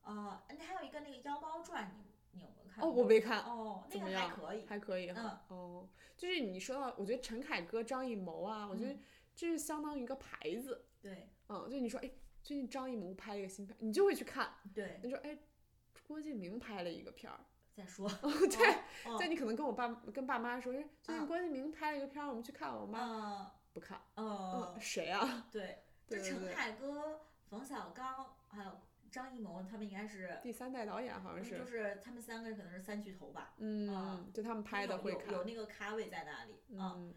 [SPEAKER 1] 呃，那还有一个那个《妖猫传》，你你有没有看
[SPEAKER 2] 哦，
[SPEAKER 1] 过？
[SPEAKER 2] 我没看，
[SPEAKER 1] 哦，那
[SPEAKER 2] 怎么
[SPEAKER 1] 个还
[SPEAKER 2] 样？
[SPEAKER 1] 可以。嗯
[SPEAKER 2] 还可以哈。哦，就是你说到，我觉得陈凯歌、张艺谋啊，我觉
[SPEAKER 1] 嗯
[SPEAKER 2] 得这是相当于一个牌子。
[SPEAKER 1] 对
[SPEAKER 2] 嗯，就你说，哎，最近张艺谋拍了一个新片，你就会去看。
[SPEAKER 1] 对，
[SPEAKER 2] 你说，哎，郭敬明拍了一个片儿，
[SPEAKER 1] 再说。
[SPEAKER 2] 对
[SPEAKER 1] 哦，
[SPEAKER 2] 在你可能跟我爸跟爸妈说，哎最近
[SPEAKER 1] 嗯
[SPEAKER 2] 郭敬明拍了一个片儿，我们去看。我妈
[SPEAKER 1] 嗯
[SPEAKER 2] 不看，嗯，
[SPEAKER 1] 嗯，
[SPEAKER 2] 谁啊？
[SPEAKER 1] 对，
[SPEAKER 2] 对
[SPEAKER 1] 就
[SPEAKER 2] 对
[SPEAKER 1] 陈
[SPEAKER 2] 对
[SPEAKER 1] 凯歌、冯小刚还有张艺谋，他们应该是。
[SPEAKER 2] 第三代导演好像，
[SPEAKER 1] 嗯就是是他们三个人可能是三巨头吧，
[SPEAKER 2] 嗯
[SPEAKER 1] 啊，
[SPEAKER 2] 就他们拍的
[SPEAKER 1] 有
[SPEAKER 2] 会
[SPEAKER 1] 有
[SPEAKER 2] 看
[SPEAKER 1] 有，那个咖位在那里啊。
[SPEAKER 2] 嗯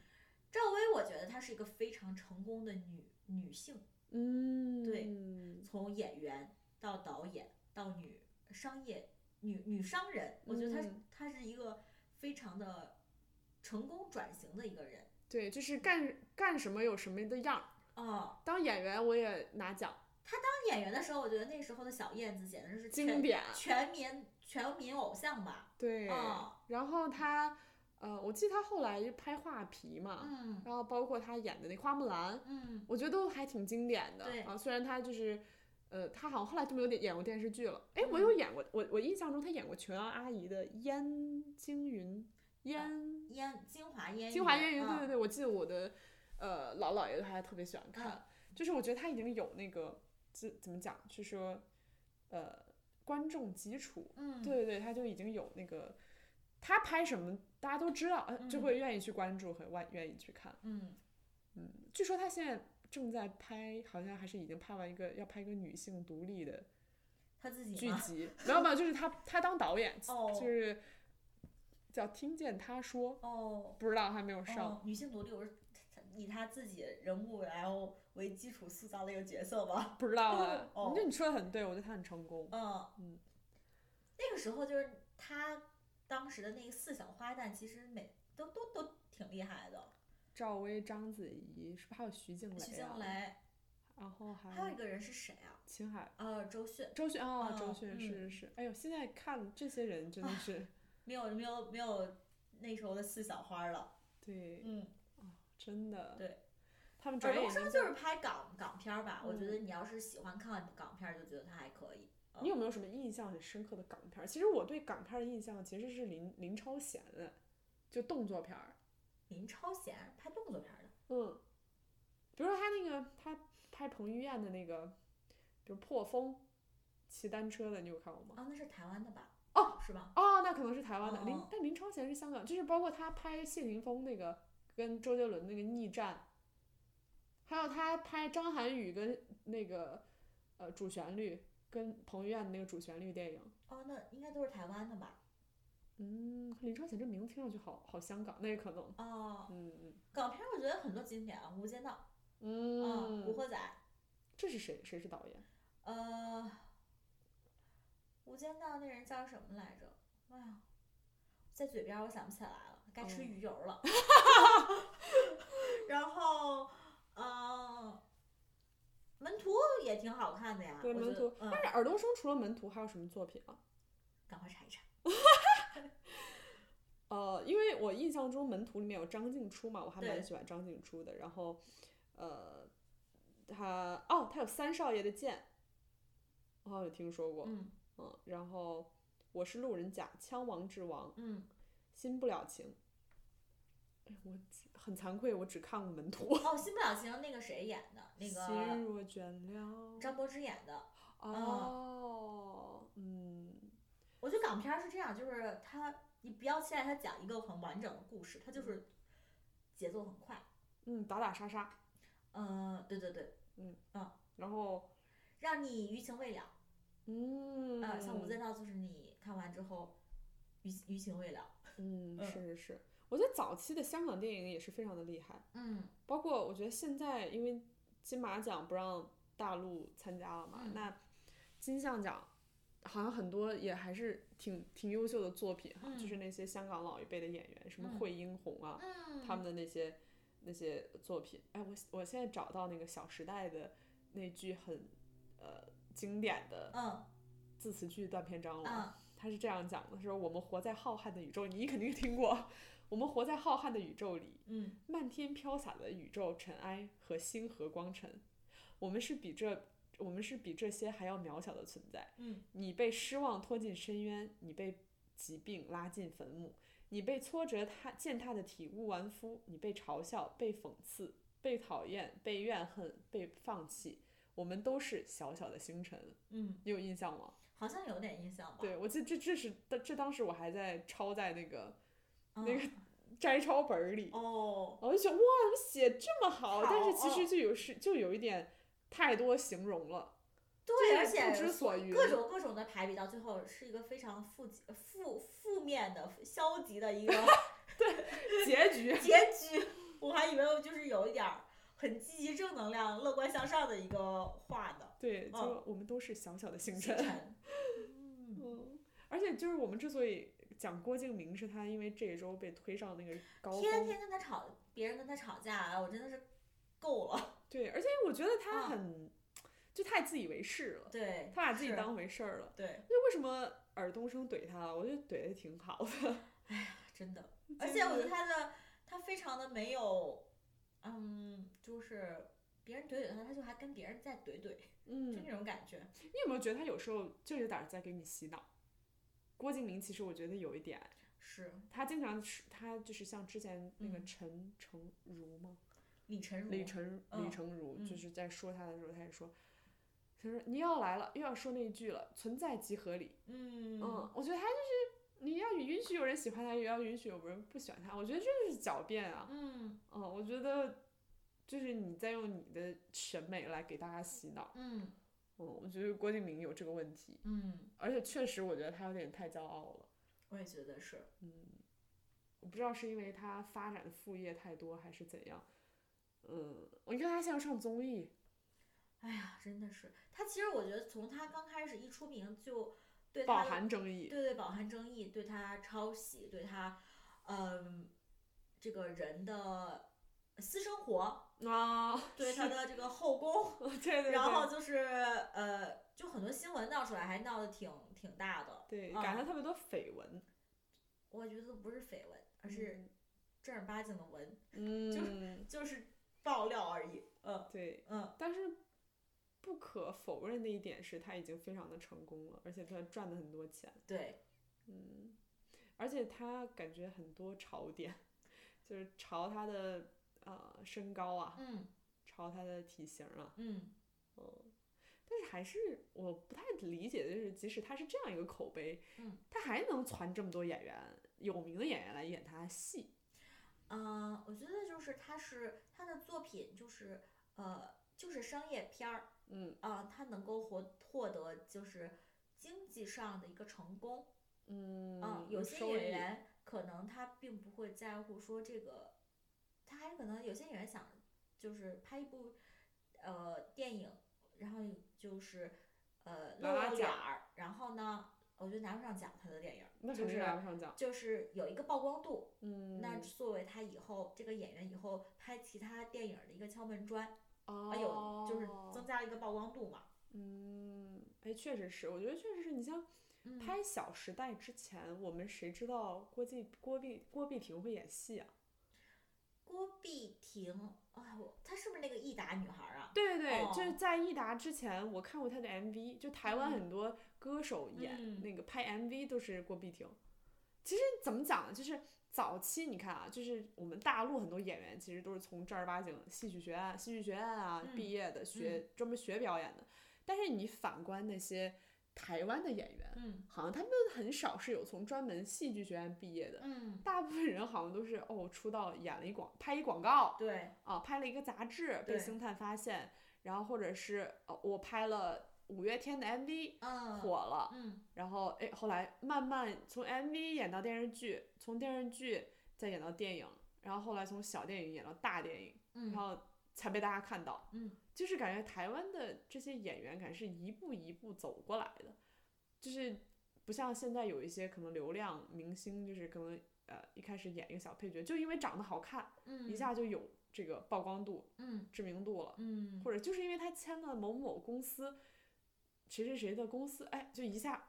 [SPEAKER 1] 赵薇，我觉得她是一个非常成功的女女性，
[SPEAKER 2] 嗯，
[SPEAKER 1] 对从演员到导演到女商业女女商人，我觉得她是、
[SPEAKER 2] 嗯
[SPEAKER 1] 她是一个非常的成功转型的一个人
[SPEAKER 2] 对，就是干干什么有什么的样儿。
[SPEAKER 1] 啊。
[SPEAKER 2] 当演员我也拿奖，
[SPEAKER 1] 当演员的时候，我觉得那时候的小燕子简直是
[SPEAKER 2] 经
[SPEAKER 1] 全
[SPEAKER 2] 典，
[SPEAKER 1] 全民全民偶像吧。
[SPEAKER 2] 对
[SPEAKER 1] 啊。
[SPEAKER 2] 然后他，呃，我记得他后来就拍《画皮》嘛，
[SPEAKER 1] 嗯
[SPEAKER 2] 然后包括他演的那《花木兰》，
[SPEAKER 1] 嗯
[SPEAKER 2] 我觉得都还挺经典的
[SPEAKER 1] 对
[SPEAKER 2] 啊。虽然他就是，呃，他好像后来就没有点演过电视剧了。哎，我有
[SPEAKER 1] 嗯
[SPEAKER 2] 演过，我我印象中他演过琼瑶阿姨的《燕京云》，
[SPEAKER 1] 啊
[SPEAKER 2] 燕
[SPEAKER 1] 烟精华烟
[SPEAKER 2] 京华烟云，对
[SPEAKER 1] 嗯
[SPEAKER 2] 对对，我记得我的，呃，老姥爷还特别喜欢
[SPEAKER 1] 嗯
[SPEAKER 2] 看，就是我觉得他已经有那个，怎怎么讲，是说，呃，观众基础，
[SPEAKER 1] 嗯
[SPEAKER 2] 对对对，他就已经有那个。他拍什么大家都知道，呃
[SPEAKER 1] 嗯
[SPEAKER 2] 就会愿意去关注和愿愿意去看。
[SPEAKER 1] 嗯
[SPEAKER 2] 嗯，据说他现在正在拍，好像还是已经拍完一个，要拍一个女性独立的
[SPEAKER 1] 她自己
[SPEAKER 2] 剧
[SPEAKER 1] 嘛
[SPEAKER 2] 集。没有没有，就是他他当导演，
[SPEAKER 1] 啊哦
[SPEAKER 2] 就是叫《听见他说》，
[SPEAKER 1] 哦
[SPEAKER 2] 不知道还没有上。
[SPEAKER 1] 哦，女性独立，我是以她自己人物然后为基础塑造的一个角色吧。
[SPEAKER 2] 不知道 啊，
[SPEAKER 1] 哦
[SPEAKER 2] 我觉得你说的很对，我觉得他很成功。
[SPEAKER 1] 嗯
[SPEAKER 2] 嗯，
[SPEAKER 1] 那个时候就是她当时的那个四小花旦，其实每都都都挺厉害的。
[SPEAKER 2] 赵薇、章子怡，是不是还有徐静蕾、啊？嗯
[SPEAKER 1] 徐静蕾，
[SPEAKER 2] 然后还
[SPEAKER 1] 还有一个人是谁啊？
[SPEAKER 2] 秦海、
[SPEAKER 1] 呃，周迅。
[SPEAKER 2] 周迅啊，周
[SPEAKER 1] 哦
[SPEAKER 2] 迅
[SPEAKER 1] 嗯
[SPEAKER 2] 是是是，哎呦，现在看这些人真的
[SPEAKER 1] 啊
[SPEAKER 2] 是
[SPEAKER 1] 没有没有没有那时候的四小花了。
[SPEAKER 2] 对，
[SPEAKER 1] 嗯，
[SPEAKER 2] 真的
[SPEAKER 1] 对，
[SPEAKER 2] 他们
[SPEAKER 1] 尔
[SPEAKER 2] 转眼
[SPEAKER 1] 冬
[SPEAKER 2] 睛
[SPEAKER 1] 升
[SPEAKER 2] 就
[SPEAKER 1] 就是拍港港片儿吧，我觉
[SPEAKER 2] 嗯
[SPEAKER 1] 得你要是喜欢看港片，儿，就觉得他还可以。
[SPEAKER 2] 你有没有什么印象很深刻的港片儿？其实我对港片儿的印象其实是林林超贤，就动作片儿。
[SPEAKER 1] 林超贤拍动作片儿的，
[SPEAKER 2] 嗯，比如说他那个他拍彭于晏的那个，比如破风，骑单车的，你有看过吗？
[SPEAKER 1] 哦，那是台湾的吧？
[SPEAKER 2] 哦，
[SPEAKER 1] 是吗？
[SPEAKER 2] 哦，那可能是台湾的林
[SPEAKER 1] 哦，
[SPEAKER 2] 但林超贤是香港，就是包括他拍谢霆锋那个跟周杰伦那个逆战，还有他拍张涵予跟那个呃主旋律跟彭于晏的那个主旋律电影。
[SPEAKER 1] 哦，那应该都是台湾的吧？
[SPEAKER 2] 嗯，林超贤这名字听上去好好香港，那也可能。
[SPEAKER 1] 哦，
[SPEAKER 2] 嗯嗯
[SPEAKER 1] 港片儿我觉得很多经典啊，《无间道》啊，《古
[SPEAKER 2] 嗯，
[SPEAKER 1] 惑仔》
[SPEAKER 2] 这是谁？谁是导演？
[SPEAKER 1] 呃，《无间道》那人叫什么来着？哎呀，在嘴边儿我想不起来了，该吃
[SPEAKER 2] 嗯
[SPEAKER 1] 鱼油了。 然后，嗯、门徒也挺好看的呀，
[SPEAKER 2] 对，
[SPEAKER 1] 我觉
[SPEAKER 2] 门
[SPEAKER 1] 得
[SPEAKER 2] 徒。
[SPEAKER 1] 嗯
[SPEAKER 2] 但，是尔冬升除了门徒还有什么作品啊？
[SPEAKER 1] 赶快查一查。
[SPEAKER 2] 呃，因为我印象中门徒里面有张静初嘛，我还蛮
[SPEAKER 1] 对
[SPEAKER 2] 喜欢张静初的。然后，呃，他哦，他有三少爷的剑，我好像有听说过。
[SPEAKER 1] 嗯
[SPEAKER 2] 嗯，然后我是路人甲、枪王之王、
[SPEAKER 1] 嗯，
[SPEAKER 2] 新不了情。哎，我很惭愧，我只看过门徒。
[SPEAKER 1] 哦，《新不了情》那个谁演的？那
[SPEAKER 2] 心
[SPEAKER 1] 个
[SPEAKER 2] 若倦了。
[SPEAKER 1] 张啊柏芝演的。
[SPEAKER 2] 哦，嗯，
[SPEAKER 1] 我觉得港片儿是这样，就是它，你不要期待它讲一个很完整的故事，它就是节奏很快。
[SPEAKER 2] 嗯，打打杀杀，
[SPEAKER 1] 嗯、对对对。
[SPEAKER 2] 然后，
[SPEAKER 1] 让你余情未了。
[SPEAKER 2] 嗯，
[SPEAKER 1] 啊，像《无间道》就是你看完之后余余情未了。
[SPEAKER 2] 嗯，
[SPEAKER 1] 嗯
[SPEAKER 2] 是是是，我觉得早期的香港电影也是非常的厉害，
[SPEAKER 1] 嗯
[SPEAKER 2] 包括我觉得现在因为金马奖不让大陆参加了嘛，
[SPEAKER 1] 嗯
[SPEAKER 2] 那金像奖好像很多也还是挺挺优秀的作品哈，就
[SPEAKER 1] 嗯
[SPEAKER 2] 是那些香港老一辈的演员，什么
[SPEAKER 1] 嗯
[SPEAKER 2] 惠英红啊，
[SPEAKER 1] 嗯
[SPEAKER 2] 他们的那些那些作品。哎，我我现在找到那个《小时代》的那句很呃经典的
[SPEAKER 1] 嗯
[SPEAKER 2] 字词句断片章了。
[SPEAKER 1] 嗯
[SPEAKER 2] 他是这样讲的：说我们活在浩瀚的宇宙，你肯定听过。我们活在浩瀚的宇宙里，
[SPEAKER 1] 嗯，
[SPEAKER 2] 漫天飘洒的宇宙尘埃和星河光尘，我们是比这。我们是比这些还要渺小的存在。
[SPEAKER 1] 嗯，
[SPEAKER 2] 你被失望拖进深渊，你被疾病拉进坟墓，你被挫折踏践踏的体无完肤，你被嘲笑、被讽刺、被讨厌、被怨恨、被放弃。我们都是小小的星辰，
[SPEAKER 1] 嗯，
[SPEAKER 2] 你有印象吗？
[SPEAKER 1] 好像有点印象吧。
[SPEAKER 2] 对，我记得这这是这当时我还在抄在那个
[SPEAKER 1] 嗯，
[SPEAKER 2] 那 摘抄本儿里，
[SPEAKER 1] 哦，
[SPEAKER 2] 我就觉得哇，怎么写这么好？但是其
[SPEAKER 1] 好哦
[SPEAKER 2] 实就有是就有一点太多形容了，
[SPEAKER 1] 对，而
[SPEAKER 2] 就是
[SPEAKER 1] 且
[SPEAKER 2] 不知所云
[SPEAKER 1] 各种各种的排比到最后是一个非常负极呃负负面的、消极的 一个
[SPEAKER 2] 结局
[SPEAKER 1] 结局。我还以为就是有一点儿很积极、正能量、乐观向上的一个话 呢。
[SPEAKER 2] 对，就
[SPEAKER 1] 嗯
[SPEAKER 2] 我们都是小小的星
[SPEAKER 1] 星
[SPEAKER 2] 辰。
[SPEAKER 1] 辰，
[SPEAKER 2] 嗯，而且就是我们之所以讲郭敬明，是他因为这一周被推上那个高
[SPEAKER 1] 天
[SPEAKER 2] 峰，
[SPEAKER 1] 天跟他吵，别人跟他吵架，哎我真的是够了。
[SPEAKER 2] 对，而且我觉得他
[SPEAKER 1] 嗯
[SPEAKER 2] 很、就太自以为是了，
[SPEAKER 1] 对，
[SPEAKER 2] 他把自己
[SPEAKER 1] 是
[SPEAKER 2] 当回事儿了。
[SPEAKER 1] 对，
[SPEAKER 2] 那为什么尔冬升怼他？我觉得怼的挺好的。
[SPEAKER 1] 真的。
[SPEAKER 2] 就
[SPEAKER 1] 而且我觉
[SPEAKER 2] 嗯是
[SPEAKER 1] 得他的他非常的没有，嗯，就是别人怼怼他，他就还跟别人再怼怼，就
[SPEAKER 2] 嗯
[SPEAKER 1] 那，种感觉。
[SPEAKER 2] 你有没有觉得他有时候就有点儿在给你洗脑？郭敬明其实我觉得有一点，
[SPEAKER 1] 是
[SPEAKER 2] 他经常是他就是像之前那个
[SPEAKER 1] 嗯
[SPEAKER 2] 陈成儒吗？
[SPEAKER 1] 李晨如，
[SPEAKER 2] 李成李
[SPEAKER 1] 嗯
[SPEAKER 2] 成儒就
[SPEAKER 1] 嗯
[SPEAKER 2] 是在说他的时候，他就说，他说你要来了，又要说那一句了，存在即合理。
[SPEAKER 1] 嗯
[SPEAKER 2] 嗯，我觉得他就是你要允许有人喜欢他，也要允许有人不喜欢他。我觉得这就是狡辩啊。
[SPEAKER 1] 嗯
[SPEAKER 2] 嗯，我觉得就是你在用你的审美来给大家洗脑。
[SPEAKER 1] 嗯
[SPEAKER 2] 嗯，我觉得郭敬明有这个问题。
[SPEAKER 1] 嗯，
[SPEAKER 2] 而且确实，我觉得他有点太骄傲了。
[SPEAKER 1] 我也觉得是。
[SPEAKER 2] 嗯，我不知道是因为他发展的副业太多还是怎样。嗯，我看他现在上综艺，
[SPEAKER 1] 哎呀，真的是他。其实我觉得从他刚开始一出名就对
[SPEAKER 2] 饱
[SPEAKER 1] 他的
[SPEAKER 2] 含争议。
[SPEAKER 1] 对对饱含争议，对他抄袭，对他，嗯，这个人的私生活，
[SPEAKER 2] 啊，
[SPEAKER 1] 对他
[SPEAKER 2] 是
[SPEAKER 1] 的这个后宫，
[SPEAKER 2] 对对对，
[SPEAKER 1] 然后就是呃，就很多新闻闹出来，还闹得挺挺大的。
[SPEAKER 2] 对，
[SPEAKER 1] 嗯
[SPEAKER 2] 赶上特别多绯闻，
[SPEAKER 1] 我觉得不是绯闻，而啊是正儿八经的文，
[SPEAKER 2] 嗯，
[SPEAKER 1] 是
[SPEAKER 2] 嗯
[SPEAKER 1] 就是爆料而已。嗯
[SPEAKER 2] 对，
[SPEAKER 1] 嗯，
[SPEAKER 2] 但是不可否认的一点是，他已经非常的成功了，而且他赚了很多钱，
[SPEAKER 1] 对，
[SPEAKER 2] 嗯，而且他感觉很多槽点， 就是朝他的呃身高啊，
[SPEAKER 1] 嗯
[SPEAKER 2] 朝他的体型啊，
[SPEAKER 1] 嗯
[SPEAKER 2] 嗯，但是还是我不太理解的就是，即使他是这样一个口碑，
[SPEAKER 1] 嗯，
[SPEAKER 2] 他还能攒这么多演员有名的演员来演他的戏，
[SPEAKER 1] 呃，我觉得就是他是他的作品就是呃就是商业片儿
[SPEAKER 2] 嗯
[SPEAKER 1] 啊、他能够获获得就是经济上的一个成功。
[SPEAKER 2] 嗯
[SPEAKER 1] 嗯，有些
[SPEAKER 2] 收益
[SPEAKER 1] 演员可能他并不会在乎说这个，他还可能有些演员想就是拍一部呃电影，然后就是呃露
[SPEAKER 2] 拿拿
[SPEAKER 1] 露脸
[SPEAKER 2] 奖
[SPEAKER 1] 儿，然后呢，我觉得拿不上奖他的电影儿，
[SPEAKER 2] 那
[SPEAKER 1] 就
[SPEAKER 2] 肯定
[SPEAKER 1] 是
[SPEAKER 2] 拿不上奖，
[SPEAKER 1] 就是有一个曝光度，
[SPEAKER 2] 嗯，
[SPEAKER 1] 那作为他以后这个演员以后拍其他电影儿的一个敲门砖，
[SPEAKER 2] 哦，
[SPEAKER 1] 啊有就是增加了一个曝光度嘛，
[SPEAKER 2] 嗯，哎，确实是，我觉得确实是你像
[SPEAKER 1] 嗯
[SPEAKER 2] 拍《小时代》之前，我们谁知道郭靖、郭碧、郭碧婷会演戏啊？
[SPEAKER 1] 郭碧婷，哎我她是不是那个益达女孩儿啊？
[SPEAKER 2] 对对对，
[SPEAKER 1] 哦
[SPEAKER 2] 就是在益达之前，我看过他的 MV，就台湾
[SPEAKER 1] 嗯
[SPEAKER 2] 很多歌手演、
[SPEAKER 1] 嗯
[SPEAKER 2] 那个拍 MV 都是郭碧婷。其实怎么讲呢，就是早期你看啊，就是我们大陆很多演员其实都是从正儿八经戏剧学院、戏剧学院啊、
[SPEAKER 1] 嗯
[SPEAKER 2] 毕业的，学、专门学表演的。但是你反观那些台湾的演员，
[SPEAKER 1] 嗯
[SPEAKER 2] 好像他们很少是有从专门戏剧学院毕业的，
[SPEAKER 1] 嗯。
[SPEAKER 2] 大部分人好像都是哦出道演了一广拍一广告，
[SPEAKER 1] 对，
[SPEAKER 2] 啊，拍了一个杂志
[SPEAKER 1] 对
[SPEAKER 2] 被星探发现，然后或者是呃我拍了五月天的 MV
[SPEAKER 1] 嗯，
[SPEAKER 2] 火了，
[SPEAKER 1] 嗯
[SPEAKER 2] 然后哎后来慢慢从 MV 演到电视剧，从电视剧再演到电影，然后后来从小电影演到大电影，然
[SPEAKER 1] 嗯
[SPEAKER 2] 后才被大家看到。
[SPEAKER 1] 嗯，
[SPEAKER 2] 就是感觉台湾的这些演员，感觉是一步一步走过来的，就是不像现在有一些可能流量明星，就是可能呃一开始演一个小配角，就因为长得好看。
[SPEAKER 1] 嗯，
[SPEAKER 2] 一下就有这个曝光度、
[SPEAKER 1] 嗯
[SPEAKER 2] 知名度了，
[SPEAKER 1] 嗯，
[SPEAKER 2] 或者就是因为他签了某某公司，谁谁谁的公司，哎，就一下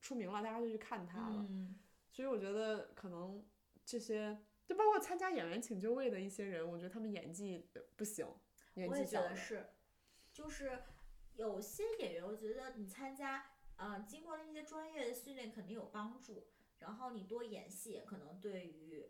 [SPEAKER 2] 出名了，大家就去看他了。
[SPEAKER 1] 嗯
[SPEAKER 2] 所以我觉得可能这些，就包括参加演员请就位的一些人，我觉得他们演技呃不行，演
[SPEAKER 1] 我
[SPEAKER 2] 技
[SPEAKER 1] 也觉
[SPEAKER 2] 小的
[SPEAKER 1] 得，是，就是有些演员，我觉得你参加，呃，经过那些专业的训练肯定有帮助，然后你多演戏，可能对于，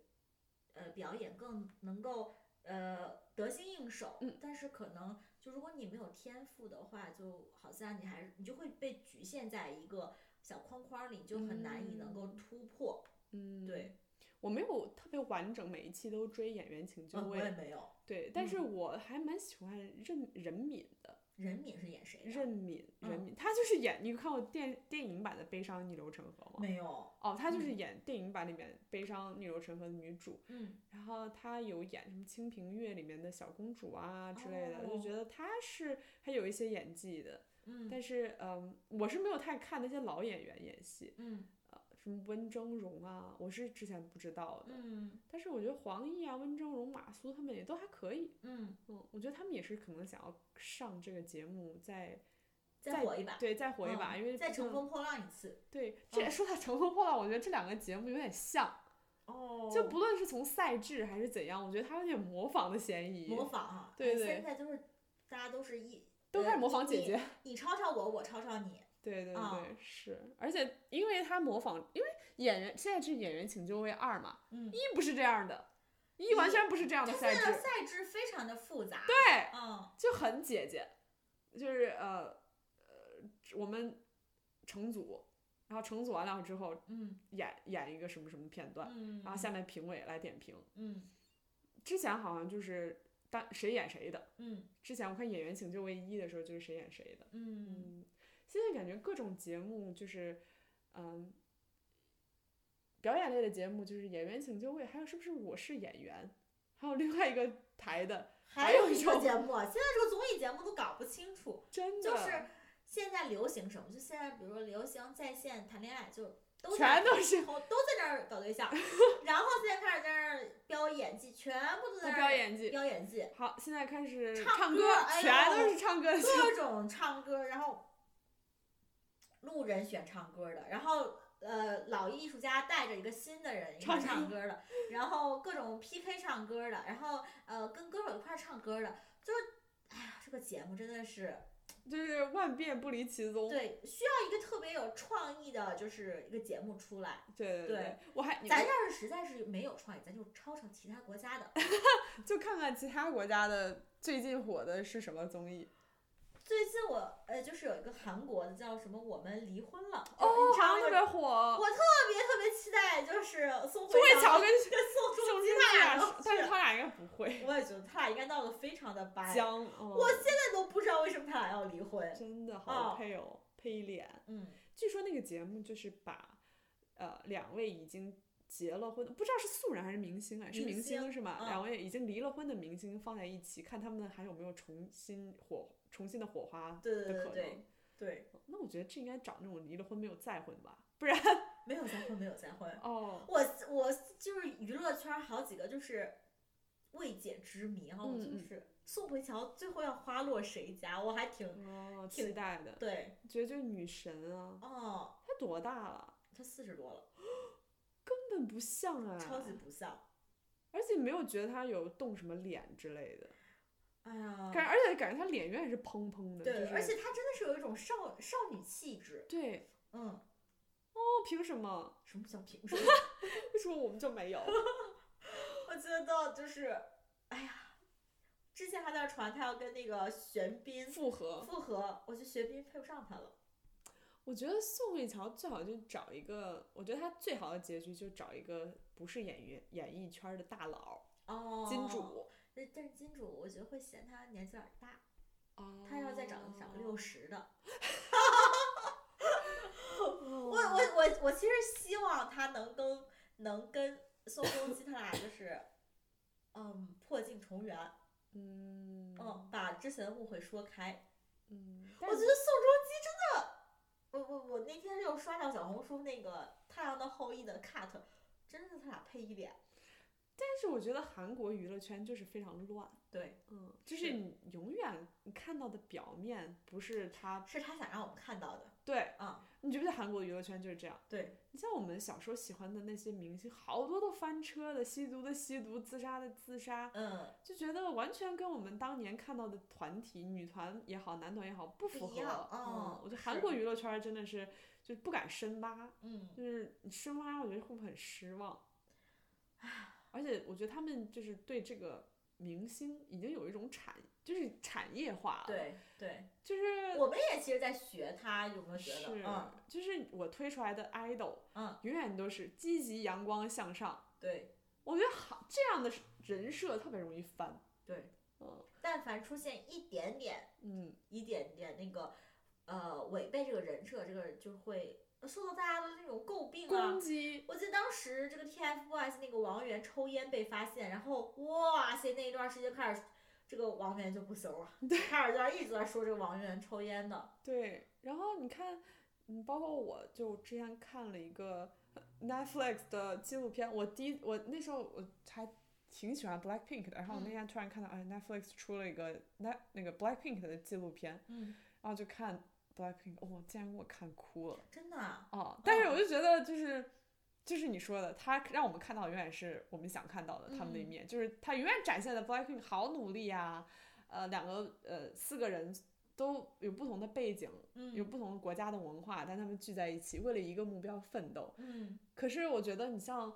[SPEAKER 1] 呃，表演更能够呃得心应手。
[SPEAKER 2] 嗯
[SPEAKER 1] 但是可能就如果你没有天赋的话，就好像你还是你就会被局限在一个小框框里，你就很难以能够
[SPEAKER 2] 嗯
[SPEAKER 1] 突破。
[SPEAKER 2] 嗯，
[SPEAKER 1] 对，
[SPEAKER 2] 我没有特别完整每一期都追演员请就
[SPEAKER 1] 呃我
[SPEAKER 2] 位，
[SPEAKER 1] 也没有。
[SPEAKER 2] 对，但是
[SPEAKER 1] 嗯
[SPEAKER 2] 我还蛮喜欢任任敏的。
[SPEAKER 1] 任敏是演谁的？
[SPEAKER 2] 任敏，任
[SPEAKER 1] 嗯
[SPEAKER 2] 敏，他就是演，你有看过电电影版的《悲伤逆流成河》吗？
[SPEAKER 1] 没有，
[SPEAKER 2] 哦，她就是
[SPEAKER 1] 嗯
[SPEAKER 2] 演电影版里面《悲伤逆流成河》的女主，
[SPEAKER 1] 嗯
[SPEAKER 2] 然后她有演什么《清平乐》里面的小公主啊之类的，我
[SPEAKER 1] 哦
[SPEAKER 2] 就觉得她是还有一些演技的。
[SPEAKER 1] 嗯
[SPEAKER 2] 但是，嗯，我是没有太看那些老演员演戏，
[SPEAKER 1] 嗯
[SPEAKER 2] 什么温峥嵘啊，我是之前不知道的。
[SPEAKER 1] 嗯
[SPEAKER 2] 但是我觉得黄奕啊、温峥嵘、马苏他们也都还可以，
[SPEAKER 1] 嗯，
[SPEAKER 2] 嗯，我觉得他们也是可能想要上这个节目再
[SPEAKER 1] 再火一把，
[SPEAKER 2] 对再火一
[SPEAKER 1] 嗯
[SPEAKER 2] 把，因为
[SPEAKER 1] 再
[SPEAKER 2] 不
[SPEAKER 1] 乘
[SPEAKER 2] 像
[SPEAKER 1] 风嗯破浪一次。
[SPEAKER 2] 对这、说到乘风破浪，我觉得这两个节目有点像。
[SPEAKER 1] 哦
[SPEAKER 2] 就不论是从赛制还是怎样，我觉得他有点模仿的嫌疑，
[SPEAKER 1] 模仿啊，
[SPEAKER 2] 对
[SPEAKER 1] 哎
[SPEAKER 2] 对
[SPEAKER 1] 现在就是大家都是一
[SPEAKER 2] 都开始模仿姐，
[SPEAKER 1] 呃
[SPEAKER 2] 姐。
[SPEAKER 1] 你你抄抄我，我抄抄你。
[SPEAKER 2] 对对对，
[SPEAKER 1] 啊
[SPEAKER 2] 是，而且因为他模仿，因为演员现在是《演员请就位二》嘛，
[SPEAKER 1] 嗯，
[SPEAKER 2] 一不是这样的，一完全不是这样的
[SPEAKER 1] 他
[SPEAKER 2] 赛
[SPEAKER 1] 现在的
[SPEAKER 2] 制，
[SPEAKER 1] 赛制非常的复杂。
[SPEAKER 2] 对，
[SPEAKER 1] 嗯
[SPEAKER 2] 就很姐姐，就是呃呃，我们成组，然后成组完了之后
[SPEAKER 1] 嗯
[SPEAKER 2] 演演一个什么什么片段，
[SPEAKER 1] 嗯，
[SPEAKER 2] 然后下面评委来点评。
[SPEAKER 1] 嗯
[SPEAKER 2] 之前好像就是当谁演谁的，
[SPEAKER 1] 嗯
[SPEAKER 2] 之前我看《演员请就位一》的时候就是谁演谁的。
[SPEAKER 1] 嗯
[SPEAKER 2] 嗯，现在感觉各种节目就是，嗯，表演类的节目就是《演员请就位》，还有是不是《我是演员》，还有另外一个台的，还
[SPEAKER 1] 还
[SPEAKER 2] 有
[SPEAKER 1] 有
[SPEAKER 2] 一
[SPEAKER 1] 一个
[SPEAKER 2] 种
[SPEAKER 1] 节目，啊现在这个综艺节目都搞不清楚，
[SPEAKER 2] 真的
[SPEAKER 1] 就是现在流行什么？就现在，比如说流行在线谈恋爱，就都在哦
[SPEAKER 2] 全都是
[SPEAKER 1] 都都在那儿搞对象，然后现在开始在那儿飙演技，全全部都在那
[SPEAKER 2] 他飙
[SPEAKER 1] 儿
[SPEAKER 2] 演技。
[SPEAKER 1] 飙演 技，
[SPEAKER 2] 好，现在开始
[SPEAKER 1] 唱
[SPEAKER 2] 唱
[SPEAKER 1] 歌
[SPEAKER 2] 歌，
[SPEAKER 1] 哎
[SPEAKER 2] 全
[SPEAKER 1] 呦
[SPEAKER 2] 都是唱歌的。
[SPEAKER 1] 各种唱歌，然后路人选唱歌的，然后呃老艺术家带着一个新的人一块
[SPEAKER 2] 唱
[SPEAKER 1] 唱 歌的，然后各种 PK 唱歌的，然后呃跟歌手一块儿唱歌的，就是哎呀这个节目真的是
[SPEAKER 2] 就是万变不离其宗。
[SPEAKER 1] 对需要一个特别有创意的，就是一个节目出来。
[SPEAKER 2] 对对
[SPEAKER 1] 对
[SPEAKER 2] 对，我还你
[SPEAKER 1] 咱
[SPEAKER 2] 们
[SPEAKER 1] 要是实在是没有创意，咱就抄抄其他国家的。
[SPEAKER 2] 就看看其他国家的最近火的是什么综艺。
[SPEAKER 1] 最近我呃就是有一个韩国的叫什么我们离婚了
[SPEAKER 2] 哦，
[SPEAKER 1] 韩
[SPEAKER 2] 特别火。
[SPEAKER 1] 我特别特别期待，就是宋
[SPEAKER 2] 宋慧乔
[SPEAKER 1] 跟
[SPEAKER 2] 跟
[SPEAKER 1] 宋
[SPEAKER 2] 宋
[SPEAKER 1] 仲基
[SPEAKER 2] 基
[SPEAKER 1] 他俩
[SPEAKER 2] 俩
[SPEAKER 1] 能
[SPEAKER 2] 是，但是
[SPEAKER 1] 去
[SPEAKER 2] 他俩应该不会。
[SPEAKER 1] 我也觉得他俩应该闹得非常的掰，现
[SPEAKER 2] 僵，嗯
[SPEAKER 1] 我在都不知道为什么他俩要离婚。
[SPEAKER 2] 真的
[SPEAKER 1] 哦
[SPEAKER 2] 好配哦，配脸。
[SPEAKER 1] 嗯，
[SPEAKER 2] 据说那个节目就是把呃两位已经结了婚的，不知道是素人还是明星哎，是
[SPEAKER 1] 明
[SPEAKER 2] 明
[SPEAKER 1] 星
[SPEAKER 2] 是吗？
[SPEAKER 1] 嗯
[SPEAKER 2] 两位已经离了婚的明星放在一起，看他们还有没有重新火重新的火花的
[SPEAKER 1] 对对
[SPEAKER 2] 可
[SPEAKER 1] 对
[SPEAKER 2] 能。
[SPEAKER 1] 对对，
[SPEAKER 2] 那我觉得这应该找那种离了婚没有再婚吧，不 然
[SPEAKER 1] 没有再婚，没有再婚。
[SPEAKER 2] 哦，
[SPEAKER 1] 我我就是娱乐圈好几个就是未解之谜哈，
[SPEAKER 2] 嗯
[SPEAKER 1] 就
[SPEAKER 2] 嗯
[SPEAKER 1] 是宋慧乔最后要花落谁家，我还挺
[SPEAKER 2] 哦，
[SPEAKER 1] 挺
[SPEAKER 2] 期待的，
[SPEAKER 1] 对
[SPEAKER 2] 觉得就是女神啊，
[SPEAKER 1] 哦，
[SPEAKER 2] 她多大了？
[SPEAKER 1] 她四十多了，
[SPEAKER 2] 根本不像啊，
[SPEAKER 1] 超级，不像。
[SPEAKER 2] 而且没有觉得她有动什么脸之类的，
[SPEAKER 1] 哎呀，
[SPEAKER 2] 感而且感觉她脸永远是蓬蓬的，
[SPEAKER 1] 对，
[SPEAKER 2] 就是、
[SPEAKER 1] 而且她真的是有一种少少女气质。
[SPEAKER 2] 对
[SPEAKER 1] 嗯，
[SPEAKER 2] 哦，凭什么？
[SPEAKER 1] 什么叫凭什 么？
[SPEAKER 2] 为什么我们就没有？
[SPEAKER 1] 我觉得就是，哎呀，之前还在传他要跟那个玄彬
[SPEAKER 2] 复合？
[SPEAKER 1] 复合，我觉得玄彬配不上他了。
[SPEAKER 2] 我觉得宋慧乔最好就找一个，我觉得她最好的结局就找一个不是演员演艺圈的大佬，
[SPEAKER 1] 哦
[SPEAKER 2] 金主。
[SPEAKER 1] 但但是金主我觉得会嫌他年纪有点大，
[SPEAKER 2] 哦
[SPEAKER 1] 他要再找找六十的。我
[SPEAKER 2] 我
[SPEAKER 1] 哦我我我其实希望他能跟能跟宋仲基他俩就是，嗯，破镜重圆，
[SPEAKER 2] 嗯
[SPEAKER 1] 嗯，把之前的误会说开。
[SPEAKER 2] 嗯，
[SPEAKER 1] 我
[SPEAKER 2] 但
[SPEAKER 1] 觉得宋
[SPEAKER 2] 是
[SPEAKER 1] 仲基真的，我我我那天又刷到小红书那个《太阳的后裔》的 cut，真的他俩配一脸。
[SPEAKER 2] 但是我觉得韩国娱乐圈就是非常乱，
[SPEAKER 1] 对，
[SPEAKER 2] 嗯，就是是你永远你看到的表面不是他
[SPEAKER 1] 是他想让我们看到的。
[SPEAKER 2] 对，
[SPEAKER 1] 啊、
[SPEAKER 2] 你觉不觉得韩国娱乐圈就是这样？
[SPEAKER 1] 对，
[SPEAKER 2] 你像我们小时候喜欢的那些明星，好多都翻车的，吸毒的吸毒，自杀的自杀，
[SPEAKER 1] 嗯，
[SPEAKER 2] 就觉得完全跟我们当年看到的团体，女团也好，男团也好，不符
[SPEAKER 1] 不
[SPEAKER 2] 合。
[SPEAKER 1] 一样哦
[SPEAKER 2] 嗯，我觉得
[SPEAKER 1] 是
[SPEAKER 2] 韩国娱乐圈真的是就不敢深挖，
[SPEAKER 1] 嗯，
[SPEAKER 2] 就是你深挖，我觉得会不会很失望？而且我觉得他们就是对这个明星已经有一种产，就是产业化了，，
[SPEAKER 1] 对对，
[SPEAKER 2] 就是
[SPEAKER 1] 我们也其实在学他，有没有觉得？
[SPEAKER 2] 是
[SPEAKER 1] 嗯，
[SPEAKER 2] 就是我推出来的 idol，
[SPEAKER 1] 嗯，
[SPEAKER 2] 永远都是积极、阳光、向上。
[SPEAKER 1] 对
[SPEAKER 2] 我觉得好这样的人设特别容易翻。
[SPEAKER 1] 对，
[SPEAKER 2] 嗯
[SPEAKER 1] 但凡出现一点点、
[SPEAKER 2] 嗯，
[SPEAKER 1] 一点点那个，呃，违背这个人设，这个就会受到大家的那种诟病啊
[SPEAKER 2] 攻。击
[SPEAKER 1] 我记得当时这个 TFBOYS 那个王源抽烟被发现，然后哇塞，那一段时间开始，这个王源就不行了，开始在一直在说这个王源抽烟的，
[SPEAKER 2] 对。然后你看，嗯，包括我就之前看了一个 Netflix 的纪录片，我第一我那时候我还挺喜欢 Blackpink 的，然后我那
[SPEAKER 1] 嗯
[SPEAKER 2] 天突然看到，哎，Netflix 出了一个那那个 Blackpink 的纪录片，
[SPEAKER 1] 嗯，
[SPEAKER 2] 然后就看 Blackpink，哦，竟然给我看哭了。
[SPEAKER 1] 真的啊，
[SPEAKER 2] 哦，但是
[SPEAKER 1] 嗯
[SPEAKER 2] 我就觉得就是。就是你说的，他让我们看到的永远是我们想看到的他们的一
[SPEAKER 1] 嗯
[SPEAKER 2] 面，就是他永远展现的 Blackpink 好努力呀、呃，两个呃四个人都有不同的背景，
[SPEAKER 1] 嗯
[SPEAKER 2] 有不同国家的文化，但他们聚在一起为了一个目标奋斗。
[SPEAKER 1] 嗯，
[SPEAKER 2] 可是我觉得你像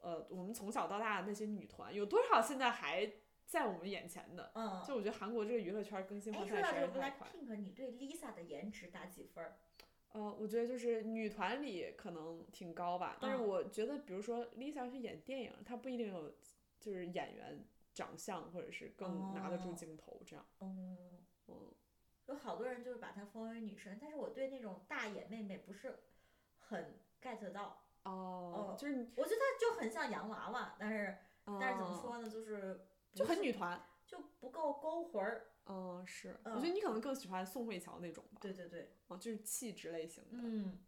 [SPEAKER 2] 呃我们从小到大的那些女团，有多少现在还在我们眼前的？
[SPEAKER 1] 嗯。
[SPEAKER 2] 就我觉得韩国这个娱乐圈更新
[SPEAKER 1] 哎，
[SPEAKER 2] 换
[SPEAKER 1] 说
[SPEAKER 2] 代
[SPEAKER 1] 到
[SPEAKER 2] 实
[SPEAKER 1] 这
[SPEAKER 2] 在是
[SPEAKER 1] 个
[SPEAKER 2] 太快。
[SPEAKER 1] BLACKPINK，你对 Lisa 的颜值打几分儿？
[SPEAKER 2] 呃，我觉得就是女团里可能挺高吧，但是
[SPEAKER 1] 嗯
[SPEAKER 2] 我觉得，比如说 Lisa 去演电影，她不一定有就是演员长相，或者是更拿得住
[SPEAKER 1] 哦
[SPEAKER 2] 镜头这样。
[SPEAKER 1] 哦，
[SPEAKER 2] 嗯，
[SPEAKER 1] 有好多人就是把她封为女神，但是我对那种大眼妹妹不是很 get 到，
[SPEAKER 2] 哦
[SPEAKER 1] 哦，
[SPEAKER 2] 就是你，
[SPEAKER 1] 我觉得她就很像洋娃娃，但是但是怎么
[SPEAKER 2] 哦
[SPEAKER 1] 说呢，就是
[SPEAKER 2] 就
[SPEAKER 1] 不
[SPEAKER 2] 很
[SPEAKER 1] 是
[SPEAKER 2] 女团。
[SPEAKER 1] 就不够勾魂儿。
[SPEAKER 2] 嗯，是，我
[SPEAKER 1] 嗯
[SPEAKER 2] 觉得你可能更喜欢宋慧乔那种吧，嗯
[SPEAKER 1] 对对对，
[SPEAKER 2] 哦，就是气质类型的。
[SPEAKER 1] 嗯，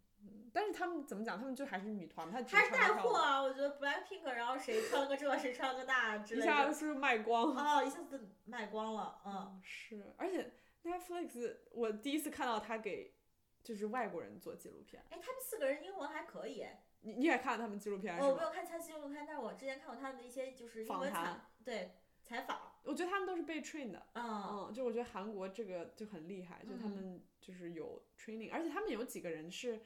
[SPEAKER 2] 但是他们怎么讲？他们就还是女团，她只
[SPEAKER 1] 还是
[SPEAKER 2] 穿
[SPEAKER 1] 带
[SPEAKER 2] 跳舞
[SPEAKER 1] 货啊！我觉得 BLACKPINK，然后谁穿个这，谁穿个那之
[SPEAKER 2] 一
[SPEAKER 1] 类
[SPEAKER 2] 下
[SPEAKER 1] 的，
[SPEAKER 2] 是卖光。
[SPEAKER 1] 哦，一下子卖光了，嗯，
[SPEAKER 2] 是，而且 Netflix 我第一次看到他给就是外国人做纪录片，
[SPEAKER 1] 哎，他们四个人英文还可以，
[SPEAKER 2] 你你也看了他们纪录片是
[SPEAKER 1] 我没
[SPEAKER 2] 吗？
[SPEAKER 1] 有看他纪录片，但是我之前看过他们的一些就是英
[SPEAKER 2] 访
[SPEAKER 1] 文采
[SPEAKER 2] 谈
[SPEAKER 1] 对采访，
[SPEAKER 2] 我觉得他们都是被 train 的，
[SPEAKER 1] 嗯，
[SPEAKER 2] 嗯，就我觉得韩国这个就很厉害，就他
[SPEAKER 1] 嗯
[SPEAKER 2] 们就是有 training，、而且他们有几个人是，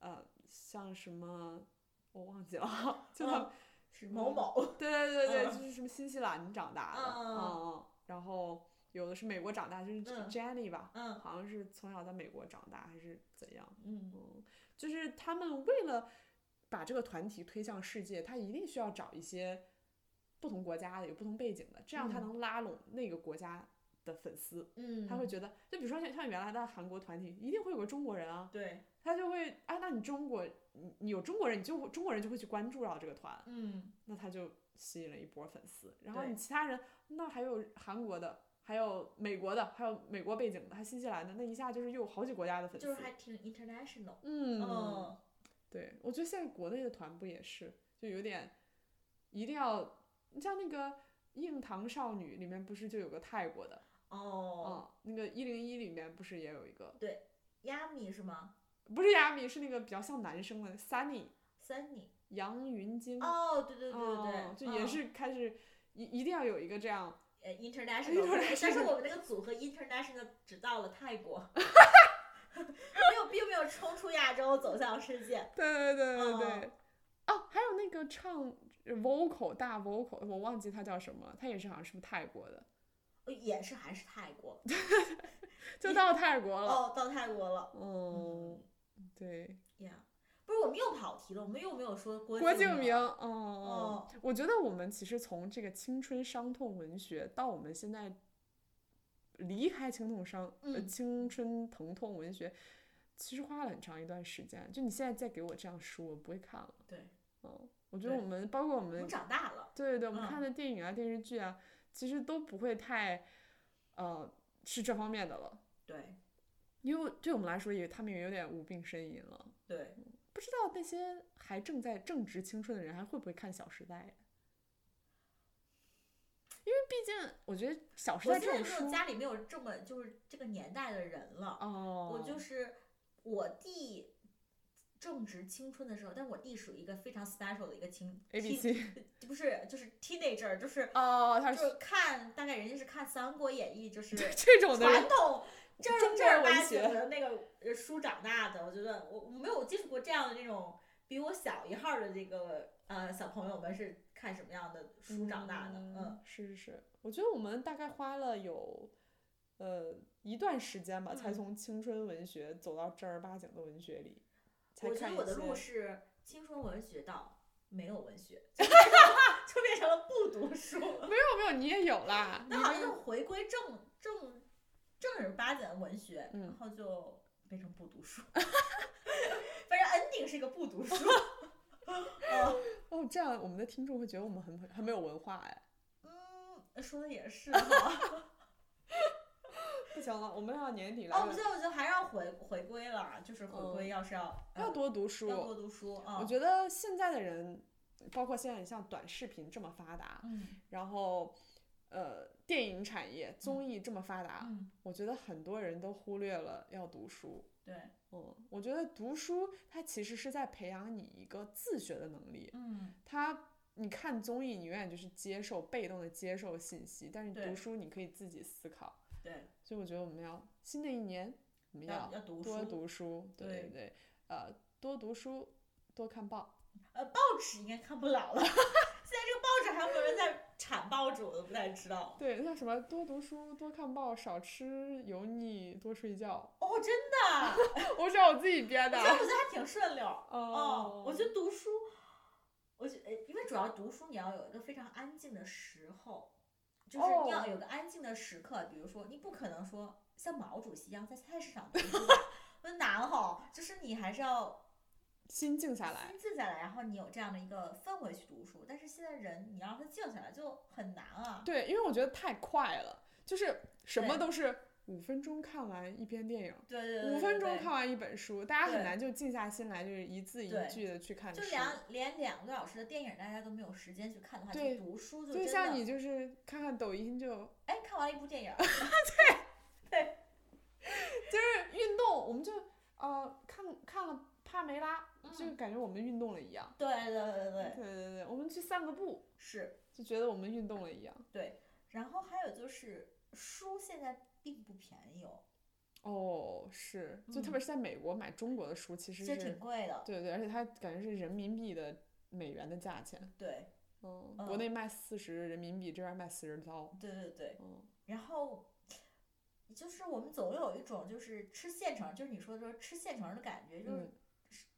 [SPEAKER 2] 呃，像什么我忘记了， 就他们、
[SPEAKER 1] 是某某，
[SPEAKER 2] 对对对对，
[SPEAKER 1] 嗯
[SPEAKER 2] 就是什么新西兰长大的，
[SPEAKER 1] 嗯嗯
[SPEAKER 2] 嗯
[SPEAKER 1] 嗯
[SPEAKER 2] 嗯，然后有的是美国长大，就是
[SPEAKER 1] 嗯
[SPEAKER 2] Jenny 吧，
[SPEAKER 1] 嗯
[SPEAKER 2] 好像是从小在美国长大还是怎样，
[SPEAKER 1] 嗯，
[SPEAKER 2] 嗯，就是他们为了把这个团体推向世界，他一定需要找一些不同国家的、有不同背景的，这样他
[SPEAKER 1] 嗯
[SPEAKER 2] 能拉拢那个国家的粉丝。
[SPEAKER 1] 嗯，
[SPEAKER 2] 他会觉得，就比如说像像原来的韩国团体，一定会有个中国人啊，
[SPEAKER 1] 对，
[SPEAKER 2] 他就会啊，那你中国，你你有中国人，你就会中国人就会去关注到这个团，
[SPEAKER 1] 嗯，
[SPEAKER 2] 那他就吸引了一波粉丝。然后
[SPEAKER 1] 对
[SPEAKER 2] 你其他人，那还有韩国的，还有美国的，还有美国背景的，还有新西兰的，那一下就是又有好几国家的粉丝。
[SPEAKER 1] 就是还挺 international，
[SPEAKER 2] 嗯，
[SPEAKER 1] 嗯，
[SPEAKER 2] 对，我觉得现在国内的团不也是，就有点一定要，你像那个《硬糖少女》里面不是就有个泰国的，
[SPEAKER 1] 哦，
[SPEAKER 2] 嗯，那个一零一里面不是也有一个，
[SPEAKER 1] 亚米是吗
[SPEAKER 2] 不是亚米，是那个比较像男生的 Sunny
[SPEAKER 1] ？Sunny，
[SPEAKER 2] 杨云晶，
[SPEAKER 1] 哦，对对对对
[SPEAKER 2] 嗯
[SPEAKER 1] 对，
[SPEAKER 2] 就也
[SPEAKER 1] 嗯
[SPEAKER 2] 是开始一一定要有一个这样，
[SPEAKER 1] 呃 international，对
[SPEAKER 2] International
[SPEAKER 1] 但是我们那个组合 international 只到了泰国， 没有并没有冲出亚洲走向世界。
[SPEAKER 2] 对对对对对，
[SPEAKER 1] 嗯
[SPEAKER 2] 哦，还有那个唱 vocal 大 vocal，我忘记他叫什么了，他也是好像是不是泰国的，
[SPEAKER 1] 呃也是还是泰国
[SPEAKER 2] 就到泰国了，
[SPEAKER 1] 哦，到泰国了哦
[SPEAKER 2] 嗯，对。
[SPEAKER 1] 呀。不是，我们又跑题了，我们又没有说郭
[SPEAKER 2] 郭
[SPEAKER 1] 敬
[SPEAKER 2] 敬明，
[SPEAKER 1] 了。
[SPEAKER 2] 哦，
[SPEAKER 1] 哦，
[SPEAKER 2] 我觉得我们其实从这个青春伤痛文学到我们现在离开青痛伤、呃
[SPEAKER 1] 嗯
[SPEAKER 2] 青春疼痛文学，其实花了很长一段时间。就你现在再给我这样书，我不会看了。
[SPEAKER 1] 对，
[SPEAKER 2] 嗯，我觉得
[SPEAKER 1] 对
[SPEAKER 2] 我们包括我
[SPEAKER 1] 我
[SPEAKER 2] 们
[SPEAKER 1] 们长大了，
[SPEAKER 2] 对对对，我们
[SPEAKER 1] 嗯
[SPEAKER 2] 看的电影啊、电视剧啊，其实都不会太呃是这方面的了，
[SPEAKER 1] 对
[SPEAKER 2] 因为对我们来说也他们也有点无病呻吟了。
[SPEAKER 1] 对，
[SPEAKER 2] 不知道那些还正在正值青春的人还会不会看《小时代》？因为毕竟我觉得《小时
[SPEAKER 1] 我
[SPEAKER 2] 代》
[SPEAKER 1] 现在
[SPEAKER 2] 这种
[SPEAKER 1] 没有
[SPEAKER 2] 书
[SPEAKER 1] 家里没有这么就是这个年代的人了，
[SPEAKER 2] 哦，
[SPEAKER 1] 我就是我弟正值青春的时候，但我弟属于一个非常 special 的一个青
[SPEAKER 2] A B
[SPEAKER 1] teen-
[SPEAKER 2] C
[SPEAKER 1] 不是，就是 teenager，就是
[SPEAKER 2] 哦，他
[SPEAKER 1] 就是是看大概人家是看《三国演义》，就是
[SPEAKER 2] 这种的人
[SPEAKER 1] 传统正
[SPEAKER 2] 中
[SPEAKER 1] 正儿
[SPEAKER 2] 国文
[SPEAKER 1] 八经
[SPEAKER 2] 学
[SPEAKER 1] 的那个呃书长大的。我觉得我我没有接触过这样的那种比我小一号的这个呃小朋友们是看什么样的书长大的，嗯，
[SPEAKER 2] 是是是，我觉得我们大概花了有呃一段时间吧，才
[SPEAKER 1] 嗯
[SPEAKER 2] 从青春文学走到正儿八经的文学里。才
[SPEAKER 1] 我觉
[SPEAKER 2] 看
[SPEAKER 1] 得
[SPEAKER 2] 一
[SPEAKER 1] 我的
[SPEAKER 2] 些
[SPEAKER 1] 路是青春文学到。没有文学，就变成了就变成了不读书。
[SPEAKER 2] 没有没有，你也有啦，
[SPEAKER 1] 那
[SPEAKER 2] 你
[SPEAKER 1] 好像
[SPEAKER 2] 也
[SPEAKER 1] 就回归正正正儿八经的文学，
[SPEAKER 2] 嗯
[SPEAKER 1] 然后就变成不读书。 反正 ending 是一个不读书。哦，
[SPEAKER 2] 哦，这样我们的听众会觉得我们很很没有文化哎。
[SPEAKER 1] 嗯，说的也是哈。
[SPEAKER 2] 不行了，我们要年底来
[SPEAKER 1] 哦，不
[SPEAKER 2] 个
[SPEAKER 1] 对，我觉得还是要回回归了，就是回归，
[SPEAKER 2] 嗯
[SPEAKER 1] 要是要
[SPEAKER 2] 要
[SPEAKER 1] 嗯
[SPEAKER 2] 多读书。
[SPEAKER 1] 要多读书啊。
[SPEAKER 2] 我
[SPEAKER 1] 得，
[SPEAKER 2] 觉得现在的人，包括现在你像短视频这么发达，
[SPEAKER 1] 嗯
[SPEAKER 2] 然后呃电影产业、综艺这么发达，
[SPEAKER 1] 嗯，
[SPEAKER 2] 我觉得很多人都忽略了要读书。
[SPEAKER 1] 对，
[SPEAKER 2] 嗯，我觉得读书它其实是在培养你一个自学的能力。
[SPEAKER 1] 嗯
[SPEAKER 2] 它你看综艺，你永远就是接受被动的接受信息，但是
[SPEAKER 1] 对
[SPEAKER 2] 读书你可以自己思考。
[SPEAKER 1] 对，
[SPEAKER 2] 所以我觉得我们要新的一年，我们
[SPEAKER 1] 要要读
[SPEAKER 2] 多
[SPEAKER 1] 书。
[SPEAKER 2] 读书，对
[SPEAKER 1] 对
[SPEAKER 2] 对，呃，多读书，多看报。
[SPEAKER 1] 呃，报纸应该看不了 了。现在这个报纸还有没有人在产报纸，我都不太知道。
[SPEAKER 2] 对，像什么多读书、多看报、少吃油腻、多睡觉，
[SPEAKER 1] 哦，真的，
[SPEAKER 2] 我是啊我自己编的啊
[SPEAKER 1] 我。觉得我觉得还挺顺溜儿。哦
[SPEAKER 2] 哦，，
[SPEAKER 1] 我觉得读书，我觉得，因为主要读书你要有一个非常安静的时候，就是
[SPEAKER 2] 哦
[SPEAKER 1] 你要有个安静的时刻，比如说你不可能说像毛主席一样在菜市场读 书吧，那难哈，就是你还是要
[SPEAKER 2] 心静下来
[SPEAKER 1] 心。静下来，然后你有这样的一个氛围去读书。但是现在人，你要让他静下来就很难啊。
[SPEAKER 2] 对，因为我觉得太快了，就是什么
[SPEAKER 1] 对
[SPEAKER 2] 都是五分钟看完一篇电影，
[SPEAKER 1] 对对对对
[SPEAKER 2] 五分钟
[SPEAKER 1] 对
[SPEAKER 2] 看完一本书，大家
[SPEAKER 1] 对
[SPEAKER 2] 很难就静下心来，就是一字一
[SPEAKER 1] 对
[SPEAKER 2] 句的去看书
[SPEAKER 1] 就。两连两个多小时的电影，大家都没有时间去看的话，
[SPEAKER 2] 对
[SPEAKER 1] 就读书就
[SPEAKER 2] 就
[SPEAKER 1] 真的
[SPEAKER 2] 像你就是看看抖音就
[SPEAKER 1] 哎，看完了一部电影儿，
[SPEAKER 2] 就是运动，我们就呃看看了帕梅拉，就感觉我们运动了一样。
[SPEAKER 1] 对对对对
[SPEAKER 2] 对
[SPEAKER 1] 嗯对，
[SPEAKER 2] 对对，我们去散个步，
[SPEAKER 1] 是
[SPEAKER 2] 就觉得我们运动了一样。
[SPEAKER 1] 对。然后还有就是书现在并不便宜哦，
[SPEAKER 2] 哦，是，就
[SPEAKER 1] 嗯
[SPEAKER 2] 特别是在美国买中国的书，其实
[SPEAKER 1] 其
[SPEAKER 2] 是
[SPEAKER 1] 实挺贵的，
[SPEAKER 2] 对对，而且它感觉是人民币的美元的价钱。
[SPEAKER 1] 对
[SPEAKER 2] 嗯，
[SPEAKER 1] 嗯
[SPEAKER 2] 国内卖四十人民币，这边卖四十刀。
[SPEAKER 1] 对对对。
[SPEAKER 2] 嗯，
[SPEAKER 1] 然后就是我们总有一种就是吃现成，就是你说的说吃现成的感觉，就是
[SPEAKER 2] 嗯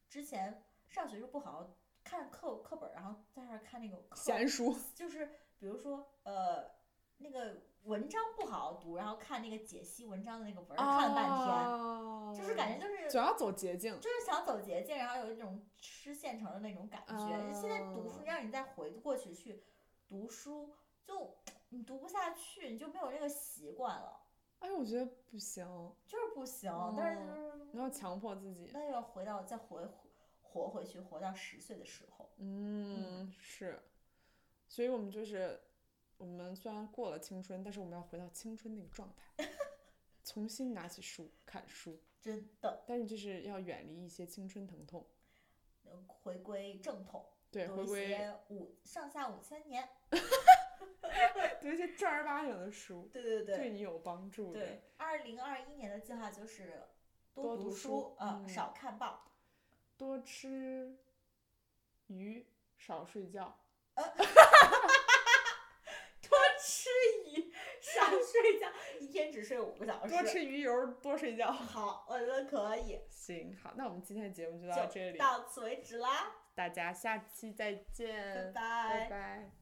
[SPEAKER 1] 之前上学就不好好看课课本儿，然后在那儿看那种课
[SPEAKER 2] 闲书。
[SPEAKER 1] 就是比如说呃那个文章不好好读，然后看那个解析文章的那个文儿、看了半
[SPEAKER 2] 半
[SPEAKER 1] 天，就是感觉就是
[SPEAKER 2] 哦主要走捷径。
[SPEAKER 1] 就是想走捷径，然后有一种吃现成的那种感觉。现在读书
[SPEAKER 2] 哦
[SPEAKER 1] 让你再回过去去读书，就你读不下去，你就没有这个习惯了，
[SPEAKER 2] 哎，我觉得不行，
[SPEAKER 1] 就是不行。但是就是
[SPEAKER 2] 你要强迫自己。
[SPEAKER 1] 那又要回到再回活回去，活到十岁的时候。
[SPEAKER 2] 嗯，是，所以我们就是，我们虽然过了青春，但是我们要回到青春那个状 态，重新拿起书看书，
[SPEAKER 1] 真的
[SPEAKER 2] 但是就是要远离一些青春疼痛，
[SPEAKER 1] 能回归正统，
[SPEAKER 2] 对，
[SPEAKER 1] 读
[SPEAKER 2] 回
[SPEAKER 1] 一
[SPEAKER 2] 归
[SPEAKER 1] 些五上下五千年。
[SPEAKER 2] 读一些正儿八经的书，
[SPEAKER 1] 对对
[SPEAKER 2] 对你有帮助的
[SPEAKER 1] 对。，二零二一年的计划就是
[SPEAKER 2] 多
[SPEAKER 1] 读
[SPEAKER 2] 读
[SPEAKER 1] 书
[SPEAKER 2] 书，
[SPEAKER 1] 呃，
[SPEAKER 2] 嗯
[SPEAKER 1] 少看报。
[SPEAKER 2] 多吃鱼，少睡觉，
[SPEAKER 1] 多吃鱼，少睡觉，一天只睡五个小时。
[SPEAKER 2] 多吃鱼油，多睡觉。
[SPEAKER 1] 好，我觉得可以，
[SPEAKER 2] 行，好，那我们今天的节目就到这
[SPEAKER 1] 就
[SPEAKER 2] 里，
[SPEAKER 1] 到此为止啦，
[SPEAKER 2] 大家下期再
[SPEAKER 1] 拜
[SPEAKER 2] 嗯见，拜
[SPEAKER 1] 拜。
[SPEAKER 2] 拜